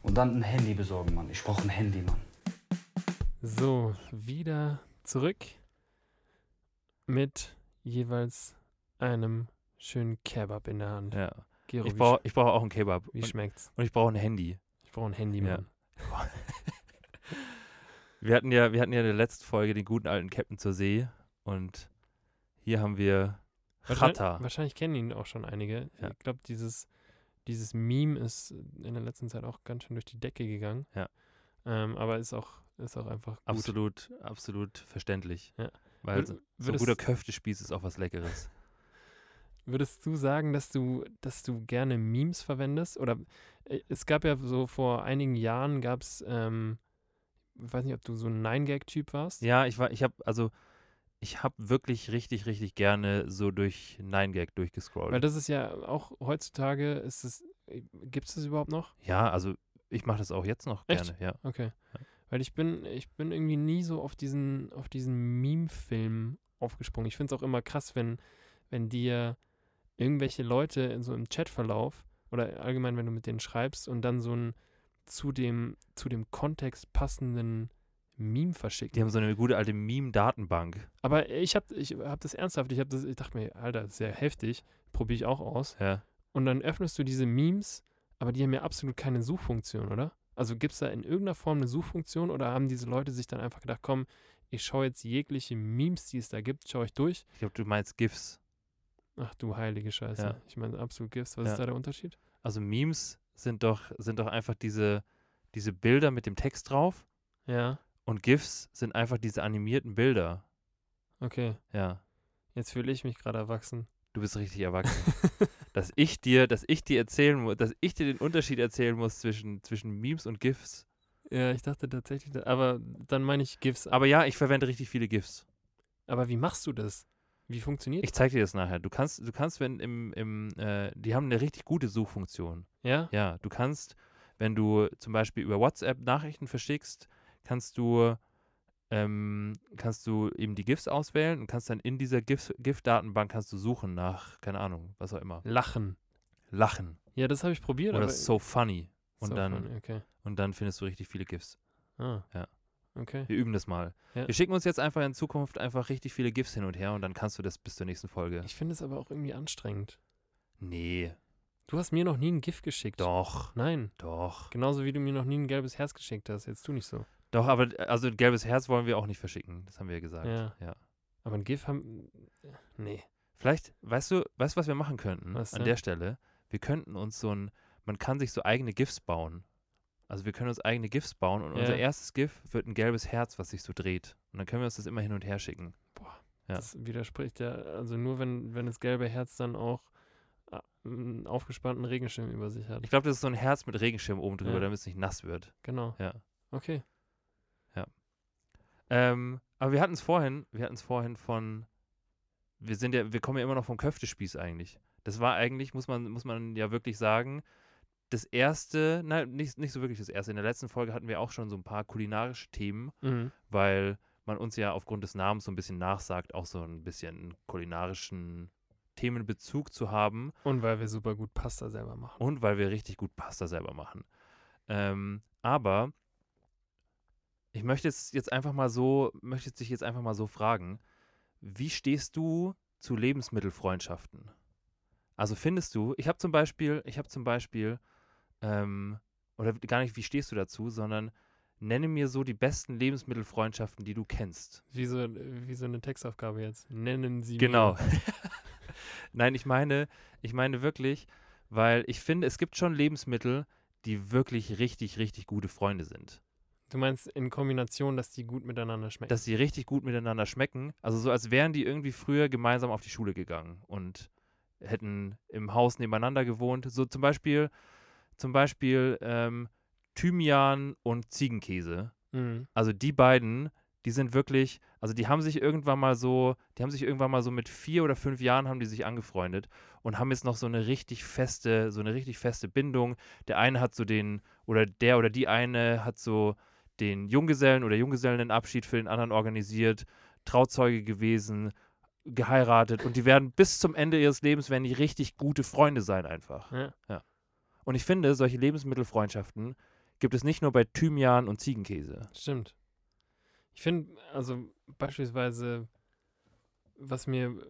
[SPEAKER 4] Und dann ein Handy besorgen, Mann. Ich brauche ein Handy, Mann.
[SPEAKER 3] So, wieder zurück mit jeweils einem schönen Kebab in der Hand.
[SPEAKER 2] Ja.
[SPEAKER 3] Gero,
[SPEAKER 2] Ich
[SPEAKER 3] wie,
[SPEAKER 2] brauche
[SPEAKER 3] sch-
[SPEAKER 2] ich brauch auch einen Kebab.
[SPEAKER 3] wie
[SPEAKER 2] Und,
[SPEAKER 3] schmeckt's?
[SPEAKER 2] und ich brauche ein Handy.
[SPEAKER 3] Ich brauche ein Handy,
[SPEAKER 2] Ja.
[SPEAKER 3] Mann.
[SPEAKER 2] Wir hatten ja, wir hatten ja in der letzten Folge den guten alten Captain zur See und hier haben wir
[SPEAKER 3] Wahrscheinlich,
[SPEAKER 2] Chata.
[SPEAKER 3] wahrscheinlich kennen ihn auch schon einige.
[SPEAKER 2] Ja.
[SPEAKER 3] Ich glaube, dieses, dieses Meme ist in der letzten Zeit auch ganz schön durch die Decke gegangen.
[SPEAKER 2] Ja.
[SPEAKER 3] Ähm, aber ist auch Ist auch einfach gut.
[SPEAKER 2] Absolut, absolut verständlich.
[SPEAKER 3] Ja.
[SPEAKER 2] Weil
[SPEAKER 3] Würd-
[SPEAKER 2] so, so ein
[SPEAKER 3] würdest-
[SPEAKER 2] guter Köftespieß ist auch was Leckeres.
[SPEAKER 3] Würdest du sagen, dass du, dass du gerne Memes verwendest? Oder äh, es gab ja so vor einigen Jahren gab es, ähm, ich weiß nicht, ob du so ein Nine-Gag-Typ warst.
[SPEAKER 2] ja, ich war, ich habe, also, ich habe wirklich richtig, richtig gerne so durch Nine Gag durchgescrollt.
[SPEAKER 3] Weil das ist ja auch heutzutage, ist es, gibt es das überhaupt noch?
[SPEAKER 2] ja, also ich mache das auch jetzt noch gerne,
[SPEAKER 3] Echt?
[SPEAKER 2] ja.
[SPEAKER 3] Okay. Weil ich bin, ich bin irgendwie nie so auf diesen, auf diesen Meme-Film aufgesprungen. Ich finde es auch immer krass, wenn, wenn dir irgendwelche Leute in so im Chatverlauf oder allgemein, wenn du mit denen schreibst und dann so ein zu dem, zu dem Kontext passenden Meme
[SPEAKER 2] Die
[SPEAKER 3] verschicken.
[SPEAKER 2] haben so eine gute alte Meme-Datenbank.
[SPEAKER 3] Aber ich habe ich hab das ernsthaft, ich, hab das, ich dachte mir, Alter, das ist ja heftig, probiere ich auch aus.
[SPEAKER 2] Ja.
[SPEAKER 3] Und dann öffnest du diese Memes, aber die haben ja absolut keine Suchfunktion, oder? Also gibt es da in irgendeiner Form eine Suchfunktion oder haben diese Leute sich dann einfach gedacht, komm, ich schaue jetzt jegliche Memes, die es da gibt, schaue ich durch.
[SPEAKER 2] Ich glaube, du meinst GIFs.
[SPEAKER 3] Ach du heilige Scheiße.
[SPEAKER 2] Ja.
[SPEAKER 3] Ich meine, absolut GIFs. Was
[SPEAKER 2] Ja.
[SPEAKER 3] ist da der Unterschied?
[SPEAKER 2] Also Memes sind doch, sind doch einfach diese, diese Bilder mit dem Text drauf
[SPEAKER 3] Ja,
[SPEAKER 2] und GIFs sind einfach diese animierten Bilder.
[SPEAKER 3] okay.
[SPEAKER 2] Ja.
[SPEAKER 3] Jetzt fühle ich mich gerade erwachsen.
[SPEAKER 2] Du bist richtig erwachsen. dass ich dir, dass ich dir erzählen muss, dass ich dir den Unterschied erzählen muss zwischen, zwischen Memes und GIFs.
[SPEAKER 3] Ja, ich dachte tatsächlich, da- aber dann meine ich GIFs.
[SPEAKER 2] Aber ja, ich verwende richtig viele GIFs.
[SPEAKER 3] Aber wie machst du das? Wie funktioniert
[SPEAKER 2] Ich zeig dir das nachher. Du kannst, du kannst, wenn im, im, äh, die haben eine richtig gute Suchfunktion.
[SPEAKER 3] Ja?
[SPEAKER 2] Ja, du kannst, wenn du zum Beispiel über WhatsApp Nachrichten verschickst, kannst du, ähm, kannst du eben die GIFs auswählen und kannst dann in dieser GIF- GIF-Datenbank kannst du suchen nach, keine Ahnung, was auch immer,
[SPEAKER 3] Lachen.
[SPEAKER 2] Lachen
[SPEAKER 3] Ja, das habe ich probiert.
[SPEAKER 2] oder
[SPEAKER 3] aber
[SPEAKER 2] so funny und
[SPEAKER 3] So
[SPEAKER 2] dann
[SPEAKER 3] funny, Okay.
[SPEAKER 2] und dann findest du richtig viele GIFs.
[SPEAKER 3] Ah.
[SPEAKER 2] Ja.
[SPEAKER 3] Okay.
[SPEAKER 2] Wir üben das mal.
[SPEAKER 3] Ja.
[SPEAKER 2] Wir schicken uns jetzt einfach in Zukunft einfach richtig viele GIFs hin und her und dann kannst du das bis zur nächsten Folge.
[SPEAKER 3] Ich finde es aber auch irgendwie anstrengend.
[SPEAKER 2] nee,
[SPEAKER 3] Du hast mir noch nie ein GIF geschickt.
[SPEAKER 2] doch,
[SPEAKER 3] Nein.
[SPEAKER 2] doch,
[SPEAKER 3] Genauso wie du mir noch nie ein gelbes Herz geschickt hast. Jetzt tu nicht so.
[SPEAKER 2] doch. Aber also ein gelbes Herz wollen wir auch nicht verschicken. Das haben wir ja gesagt.
[SPEAKER 3] Ja.
[SPEAKER 2] ja.
[SPEAKER 3] Aber ein GIF haben. Nee.
[SPEAKER 2] Vielleicht, weißt du, weißt du, was wir machen könnten
[SPEAKER 3] Was
[SPEAKER 2] an
[SPEAKER 3] denn?
[SPEAKER 2] der Stelle? Wir könnten uns so ein, man kann sich so eigene GIFs bauen. Also wir können uns eigene GIFs bauen und unser
[SPEAKER 3] Ja.
[SPEAKER 2] erstes GIF wird ein gelbes Herz, was sich so dreht. Und dann können wir uns das immer hin und her schicken. Ja.
[SPEAKER 3] Das widerspricht ja. Also nur wenn, wenn das gelbe Herz dann auch äh, einen aufgespannten Regenschirm über sich hat.
[SPEAKER 2] Ich glaube, das ist so ein Herz mit Regenschirm oben drüber,
[SPEAKER 3] Ja.
[SPEAKER 2] damit es nicht nass wird.
[SPEAKER 3] Genau.
[SPEAKER 2] Ja.
[SPEAKER 3] Okay.
[SPEAKER 2] Ähm, aber wir hatten es vorhin, wir hatten es vorhin von, wir sind ja, wir kommen ja immer noch vom Köftespieß eigentlich. Das war eigentlich, muss man, muss man ja wirklich sagen, das erste, nein, nicht, nicht so wirklich das erste. In der letzten Folge hatten wir auch schon so ein paar kulinarische Themen,
[SPEAKER 3] Mhm.
[SPEAKER 2] weil man uns ja aufgrund des Namens so ein bisschen nachsagt, auch so ein bisschen kulinarischen Themenbezug zu haben
[SPEAKER 3] Und weil wir super gut Pasta selber machen.
[SPEAKER 2] und weil wir richtig gut Pasta selber machen. Ähm, aber ich möchte jetzt, jetzt einfach mal so, möchte dich jetzt einfach mal so fragen, wie stehst du zu Lebensmittelfreundschaften? Also findest du, ich habe zum Beispiel, ich habe zum Beispiel, ähm, oder gar nicht, wie stehst du dazu, sondern nenne mir so die besten Lebensmittelfreundschaften, die du kennst.
[SPEAKER 3] Wie so, wie so eine Textaufgabe jetzt. Nennen Sie
[SPEAKER 2] Genau.
[SPEAKER 3] Mir.
[SPEAKER 2] Nein, ich meine, ich meine wirklich, weil ich finde, es gibt schon Lebensmittel, die wirklich richtig, richtig gute Freunde sind.
[SPEAKER 3] Du meinst in Kombination, dass die gut miteinander schmecken.
[SPEAKER 2] Dass die richtig gut miteinander schmecken. Also so, als wären die irgendwie früher gemeinsam auf die Schule gegangen und hätten im Haus nebeneinander gewohnt. So zum Beispiel, zum Beispiel ähm, Thymian und Ziegenkäse.
[SPEAKER 3] mhm.
[SPEAKER 2] Also die beiden, die sind wirklich, also die haben sich irgendwann mal so, die haben sich irgendwann mal so mit vier oder fünf Jahren haben die sich angefreundet und haben jetzt noch so eine richtig feste, so eine richtig feste Bindung. Der eine hat so den, oder der oder die eine hat so den Junggesellen oder Junggesellenabschied für den anderen organisiert, Trauzeuge gewesen, geheiratet und die werden bis zum Ende ihres Lebens, werden die richtig gute Freunde sein einfach.
[SPEAKER 3] Ja.
[SPEAKER 2] Und ich finde, solche Lebensmittelfreundschaften gibt es nicht nur bei Thymian und Ziegenkäse.
[SPEAKER 3] Stimmt. Ich finde, also beispielsweise, was mir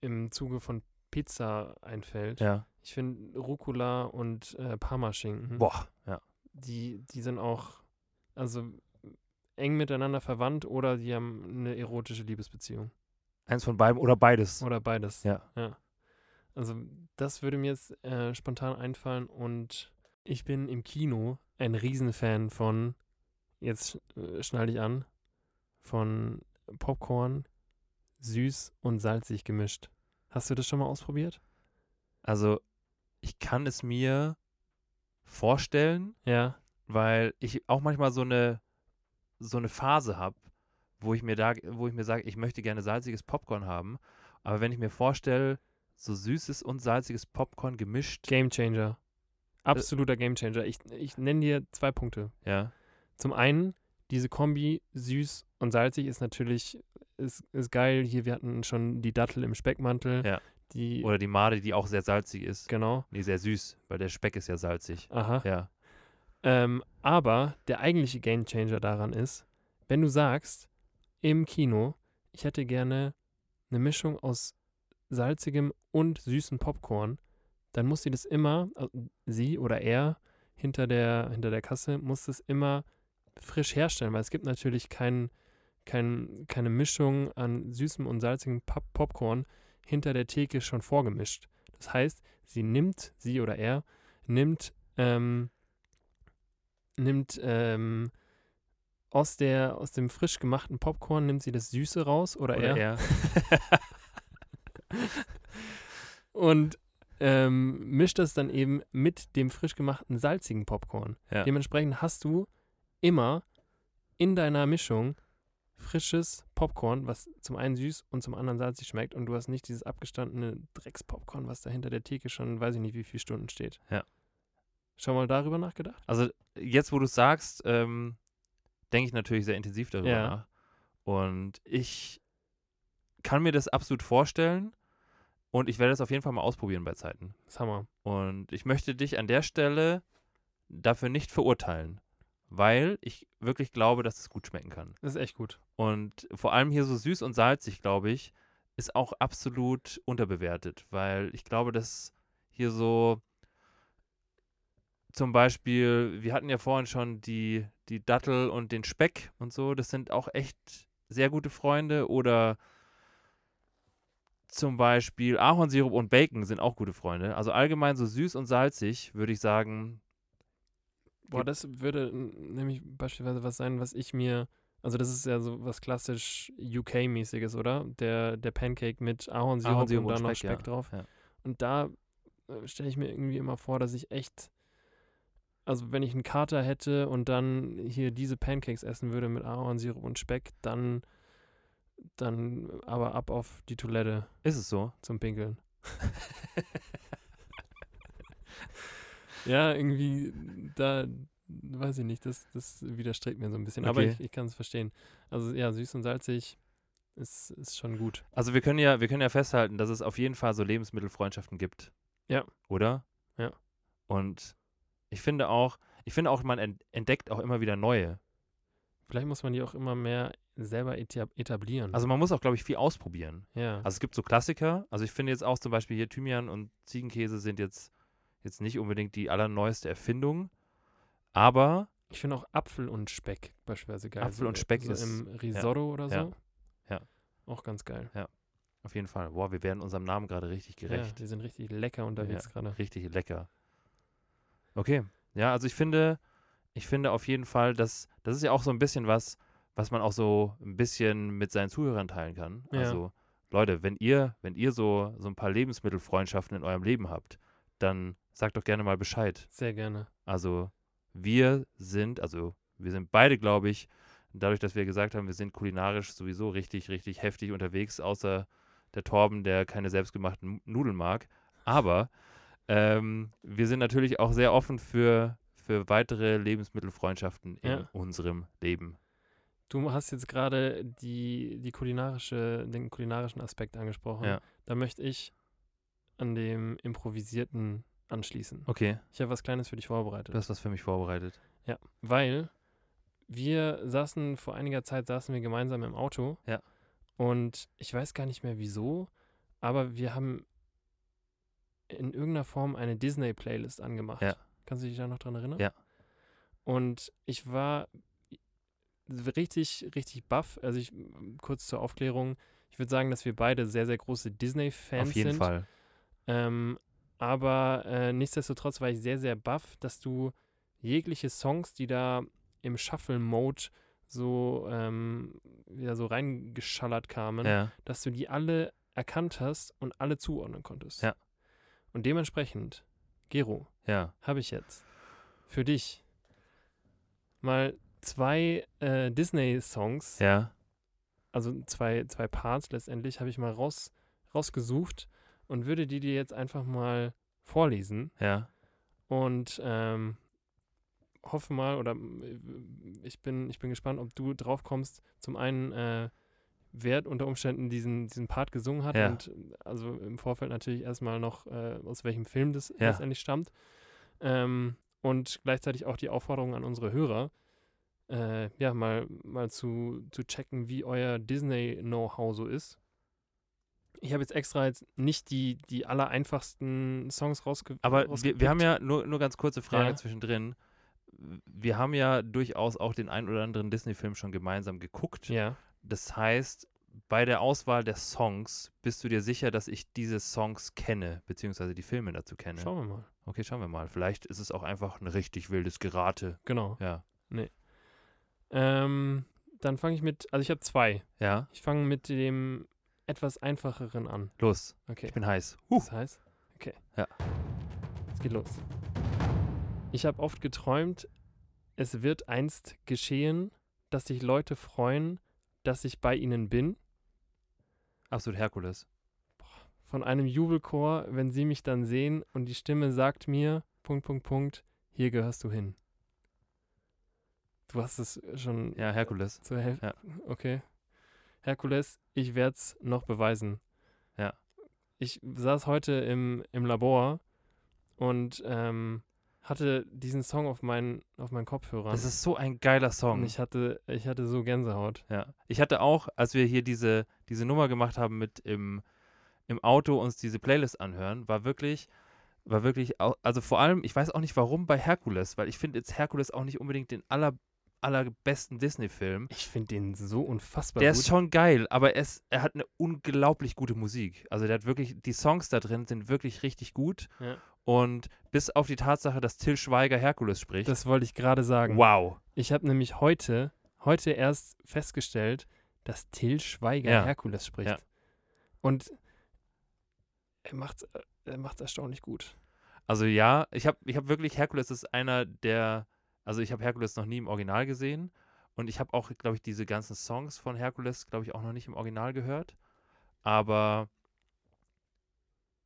[SPEAKER 3] im Zuge von Pizza einfällt,
[SPEAKER 2] Ja.
[SPEAKER 3] ich finde Rucola und äh, Parmaschinken,
[SPEAKER 2] Boah, ja.
[SPEAKER 3] Die, die sind auch, also eng miteinander verwandt oder die haben eine erotische Liebesbeziehung.
[SPEAKER 2] Eins von beiden oder beides.
[SPEAKER 3] Oder beides.
[SPEAKER 2] Ja.
[SPEAKER 3] Also das würde mir jetzt äh, spontan einfallen und ich bin im Kino ein Riesenfan von Jetzt äh, schnall dich an. Von Popcorn, süß und salzig gemischt. Hast du das schon mal ausprobiert?
[SPEAKER 2] Also, ich kann es mir vorstellen,
[SPEAKER 3] Ja.
[SPEAKER 2] weil ich auch manchmal so eine, so eine Phase habe, wo ich mir da, wo ich mir sage, ich möchte gerne salziges Popcorn haben. Aber wenn ich mir vorstelle, so süßes und salziges Popcorn gemischt,
[SPEAKER 3] Game Changer.
[SPEAKER 2] Äh.
[SPEAKER 3] Absoluter Game Changer. Ich, ich nenne dir zwei Punkte.
[SPEAKER 2] ja,
[SPEAKER 3] Zum einen, diese Kombi süß und salzig ist natürlich ist, ist geil. Hier, wir hatten schon die Dattel im Speckmantel.
[SPEAKER 2] Ja.
[SPEAKER 3] Die,
[SPEAKER 2] oder die Made, die auch sehr salzig ist.
[SPEAKER 3] genau.
[SPEAKER 2] Nee, sehr süß, weil der Speck ist ja salzig.
[SPEAKER 3] Aha.
[SPEAKER 2] Ja.
[SPEAKER 3] Ähm, aber der eigentliche Game Changer daran ist, wenn du sagst, im Kino, ich hätte gerne eine Mischung aus salzigem und süßem Popcorn, dann muss sie das immer, also sie oder er hinter der, hinter der Kasse, muss das immer frisch herstellen, weil es gibt natürlich kein, kein, keine Mischung an süßem und salzigem Pop Popcorn hinter der Theke schon vorgemischt. Das heißt, sie nimmt, sie oder er, nimmt ähm, nimmt ähm, aus, der, aus dem frisch gemachten Popcorn, nimmt sie das Süße raus oder, er.
[SPEAKER 2] er.
[SPEAKER 3] Und ähm, mischt das dann eben mit dem frisch gemachten salzigen Popcorn.
[SPEAKER 2] Ja.
[SPEAKER 3] Dementsprechend hast du immer in deiner Mischung frisches Popcorn, was zum einen süß und zum anderen salzig schmeckt und du hast nicht dieses abgestandene Dreckspopcorn, was da hinter der Theke schon weiß ich nicht wie viele Stunden steht.
[SPEAKER 2] Ja.
[SPEAKER 3] Schon mal darüber nachgedacht?
[SPEAKER 2] Also jetzt, wo du es sagst, ähm, denke ich natürlich sehr intensiv darüber
[SPEAKER 3] Ja.
[SPEAKER 2] nach. Und ich kann mir das absolut vorstellen und ich werde das auf jeden Fall mal ausprobieren bei Zeiten.
[SPEAKER 3] Das ist Hammer.
[SPEAKER 2] Und ich möchte dich an der Stelle dafür nicht verurteilen, weil ich wirklich glaube, dass es gut schmecken kann.
[SPEAKER 3] Das ist echt gut.
[SPEAKER 2] Und vor allem hier so süß und salzig, glaube ich, ist auch absolut unterbewertet, weil ich glaube, dass hier so zum Beispiel, wir hatten ja vorhin schon die, die Dattel und den Speck und so, das sind auch echt sehr gute Freunde oder zum Beispiel Ahornsirup und Bacon sind auch gute Freunde. Also allgemein so süß und salzig, würde ich sagen,
[SPEAKER 3] Boah,
[SPEAKER 2] Gibt-
[SPEAKER 3] das würde n- nämlich beispielsweise was sein, was ich mir, also das ist ja so was klassisch UK-mäßiges, oder? Der, der Pancake mit Ahornsirup,
[SPEAKER 2] Ahornsirup
[SPEAKER 3] und da
[SPEAKER 2] und
[SPEAKER 3] noch
[SPEAKER 2] Speck, ja.
[SPEAKER 3] Speck drauf.
[SPEAKER 2] Ja.
[SPEAKER 3] Und da äh, stelle ich mir irgendwie immer vor, dass ich echt, also wenn ich einen Kater hätte und dann hier diese Pancakes essen würde mit Ahornsirup und Speck, dann, dann aber ab auf die Toilette
[SPEAKER 2] ist es so.
[SPEAKER 3] zum Pinkeln. ja, irgendwie, da weiß ich nicht, das, das widerstrebt mir so ein bisschen. Aber
[SPEAKER 2] Okay.
[SPEAKER 3] ich, ich kann es verstehen. Also ja, süß und salzig ist, ist schon gut.
[SPEAKER 2] Also wir können ja, wir können ja festhalten, dass es auf jeden Fall so Lebensmittelfreundschaften gibt.
[SPEAKER 3] Ja.
[SPEAKER 2] Oder?
[SPEAKER 3] Ja.
[SPEAKER 2] Und ich finde auch, ich finde auch, man ent- entdeckt auch immer wieder neue.
[SPEAKER 3] Vielleicht muss man die auch immer mehr selber eta- etablieren.
[SPEAKER 2] Also man muss auch, glaube ich, viel ausprobieren.
[SPEAKER 3] ja.
[SPEAKER 2] Also es gibt so Klassiker. Also ich finde jetzt auch zum Beispiel hier Thymian und Ziegenkäse sind jetzt, jetzt nicht unbedingt die allerneueste Erfindung. Aber
[SPEAKER 3] ich finde auch Apfel und Speck beispielsweise geil.
[SPEAKER 2] Apfel
[SPEAKER 3] so,
[SPEAKER 2] und Speck
[SPEAKER 3] so
[SPEAKER 2] ist-
[SPEAKER 3] im Risotto oder so.
[SPEAKER 2] ja, ja.
[SPEAKER 3] Auch ganz geil.
[SPEAKER 2] auf jeden Fall, boah, wir werden unserem Namen gerade richtig
[SPEAKER 3] Ja,
[SPEAKER 2] gerecht.
[SPEAKER 3] die sind richtig lecker unterwegs gerade.
[SPEAKER 2] Richtig lecker. Okay. Ja, also ich finde, ich finde auf jeden Fall, dass das ist ja auch so ein bisschen was, was man auch so ein bisschen mit seinen Zuhörern teilen kann.
[SPEAKER 3] Ja.
[SPEAKER 2] Also, Leute, wenn ihr, wenn ihr so, so ein paar Lebensmittelfreundschaften in eurem Leben habt, dann sagt doch gerne mal Bescheid.
[SPEAKER 3] Sehr gerne.
[SPEAKER 2] Also, wir sind, also wir sind beide, glaube ich, dadurch, dass wir gesagt haben, wir sind kulinarisch sowieso richtig, richtig heftig unterwegs, außer der Torben, der keine selbstgemachten Nudeln mag. Aber ähm, wir sind natürlich auch sehr offen für, für weitere Lebensmittelfreundschaften in
[SPEAKER 3] Ja.
[SPEAKER 2] unserem Leben.
[SPEAKER 3] Du hast jetzt gerade die, die kulinarische, den kulinarischen Aspekt angesprochen.
[SPEAKER 2] Ja.
[SPEAKER 3] Da möchte ich an dem Improvisierten anschließen.
[SPEAKER 2] Okay,
[SPEAKER 3] Ich habe was Kleines für dich vorbereitet.
[SPEAKER 2] du hast was für mich vorbereitet.
[SPEAKER 3] ja, weil wir saßen, vor einiger Zeit saßen wir gemeinsam im Auto.
[SPEAKER 2] Ja.
[SPEAKER 3] Und ich weiß gar nicht mehr wieso, aber wir haben in irgendeiner Form eine Disney-Playlist angemacht.
[SPEAKER 2] Ja.
[SPEAKER 3] Kannst du dich da noch dran erinnern?
[SPEAKER 2] Ja.
[SPEAKER 3] Und ich war richtig, richtig baff. Also ich, kurz zur Aufklärung, ich würde sagen, dass wir beide sehr, sehr große Disney-Fans sind.
[SPEAKER 2] Auf jeden Fall.
[SPEAKER 3] Ähm, aber äh, nichtsdestotrotz war ich sehr, sehr baff, dass du jegliche Songs, die da im Shuffle-Mode so, ähm, ja, so reingeschallert kamen,
[SPEAKER 2] Ja.
[SPEAKER 3] dass du die alle erkannt hast und alle zuordnen konntest.
[SPEAKER 2] Ja.
[SPEAKER 3] Und dementsprechend, Gero,
[SPEAKER 2] Ja.
[SPEAKER 3] habe ich jetzt für dich mal zwei äh, Disney-Songs,
[SPEAKER 2] Ja.
[SPEAKER 3] also zwei, zwei Parts letztendlich, habe ich mal raus, rausgesucht und würde die dir jetzt einfach mal vorlesen
[SPEAKER 2] Ja.
[SPEAKER 3] und ähm, hoffe mal oder mm, ich bin, ich bin gespannt, ob du drauf kommst. Zum einen, äh, wer unter Umständen diesen, diesen Part gesungen hat
[SPEAKER 2] Ja.
[SPEAKER 3] und äh, also im Vorfeld natürlich erstmal noch, äh, aus welchem Film das
[SPEAKER 2] Ja.
[SPEAKER 3] letztendlich stammt. Ähm, und gleichzeitig auch die Aufforderung an unsere Hörer, äh, ja, mal, mal zu, zu checken, wie euer Disney-Know-how so ist. Ich habe jetzt extra jetzt nicht die, die aller einfachsten Songs rausge
[SPEAKER 2] Aber wir,
[SPEAKER 3] rausgepickt.
[SPEAKER 2] wir haben ja nur, nur ganz kurze Frage
[SPEAKER 3] Ja.
[SPEAKER 2] zwischendrin. Wir haben ja durchaus auch den einen oder anderen Disney-Film schon gemeinsam geguckt.
[SPEAKER 3] Ja,
[SPEAKER 2] Das heißt, bei der Auswahl der Songs bist du dir sicher, dass ich diese Songs kenne, beziehungsweise die Filme dazu kenne.
[SPEAKER 3] schauen wir mal.
[SPEAKER 2] Okay, schauen wir mal. Vielleicht ist es auch einfach ein richtig wildes Gerate.
[SPEAKER 3] Genau.
[SPEAKER 2] Ja.
[SPEAKER 3] Ähm, dann fange ich mit, also ich habe zwei.
[SPEAKER 2] Ja,
[SPEAKER 3] Ich fange mit dem etwas einfacheren an.
[SPEAKER 2] los.
[SPEAKER 3] Okay.
[SPEAKER 2] Ich bin heiß. Huh.
[SPEAKER 3] Das heißt, okay.
[SPEAKER 2] Ja.
[SPEAKER 3] Es geht los. Ich habe oft geträumt, es wird einst geschehen, dass sich Leute freuen, dass ich bei ihnen bin.
[SPEAKER 2] Absolut Herkules.
[SPEAKER 3] Von einem Jubelchor, wenn sie mich dann sehen und die Stimme sagt mir, Punkt, Punkt, Punkt, hier gehörst du hin. Du hast es schon
[SPEAKER 2] Ja, Herkules.
[SPEAKER 3] Zur Hälfte.
[SPEAKER 2] Ja.
[SPEAKER 3] Okay. Herkules, ich werde es noch beweisen.
[SPEAKER 2] Ja.
[SPEAKER 3] Ich saß heute im, im Labor und ähm, hatte diesen Song auf meinen, auf meinen Kopfhörern.
[SPEAKER 2] Das ist so ein geiler
[SPEAKER 3] und
[SPEAKER 2] Song.
[SPEAKER 3] ich hatte, ich hatte so Gänsehaut.
[SPEAKER 2] Ja. Ich hatte auch, als wir hier diese, diese Nummer gemacht haben mit im, im Auto uns diese Playlist anhören, war wirklich, war wirklich, au- also vor allem, ich weiß auch nicht warum bei Herkules, weil ich finde jetzt Herkules auch nicht unbedingt den aller, allerbesten Disney-Film.
[SPEAKER 3] Ich finde den so unfassbar
[SPEAKER 2] Der
[SPEAKER 3] gut.
[SPEAKER 2] ist schon geil, aber es, er hat eine unglaublich gute Musik. Also der hat wirklich, die Songs da drin sind wirklich richtig gut.
[SPEAKER 3] Ja.
[SPEAKER 2] Und bis auf die Tatsache, dass Till Schweiger Herkules spricht.
[SPEAKER 3] das wollte ich gerade sagen.
[SPEAKER 2] wow.
[SPEAKER 3] Ich habe nämlich heute, heute erst festgestellt, dass Till Schweiger
[SPEAKER 2] Ja.
[SPEAKER 3] Herkules spricht.
[SPEAKER 2] Ja.
[SPEAKER 3] Und er macht's, er macht's erstaunlich gut.
[SPEAKER 2] Also ja, ich habe ich hab wirklich, Herkules ist einer der, also ich habe Herkules noch nie im Original gesehen und ich habe auch, glaube ich, diese ganzen Songs von Herkules, glaube ich, auch noch nicht im Original gehört. Aber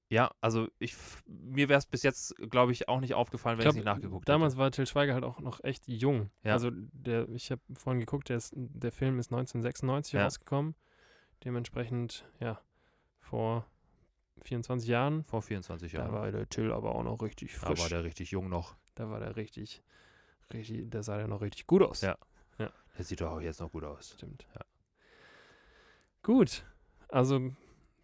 [SPEAKER 2] ja, also ich, f- mir wäre es bis jetzt, glaube ich, auch nicht aufgefallen, wenn ich
[SPEAKER 3] Ich
[SPEAKER 2] nicht
[SPEAKER 3] glaub,
[SPEAKER 2] nachgeguckt
[SPEAKER 3] Damals
[SPEAKER 2] hätte.
[SPEAKER 3] war Till Schweiger halt auch noch echt jung.
[SPEAKER 2] Ja.
[SPEAKER 3] Also der, ich habe vorhin geguckt, der, ist, der Film ist 1996
[SPEAKER 2] Ja.
[SPEAKER 3] rausgekommen. Dementsprechend, ja, vor 24 Jahren.
[SPEAKER 2] Vor 24
[SPEAKER 3] Da
[SPEAKER 2] Jahren.
[SPEAKER 3] war der Till aber auch noch richtig
[SPEAKER 2] da
[SPEAKER 3] frisch.
[SPEAKER 2] war der richtig jung noch.
[SPEAKER 3] da war der richtig, richtig, da sah der noch richtig gut aus.
[SPEAKER 2] Ja. Der sieht doch auch jetzt noch gut aus.
[SPEAKER 3] Stimmt.
[SPEAKER 2] Ja.
[SPEAKER 3] Gut. Also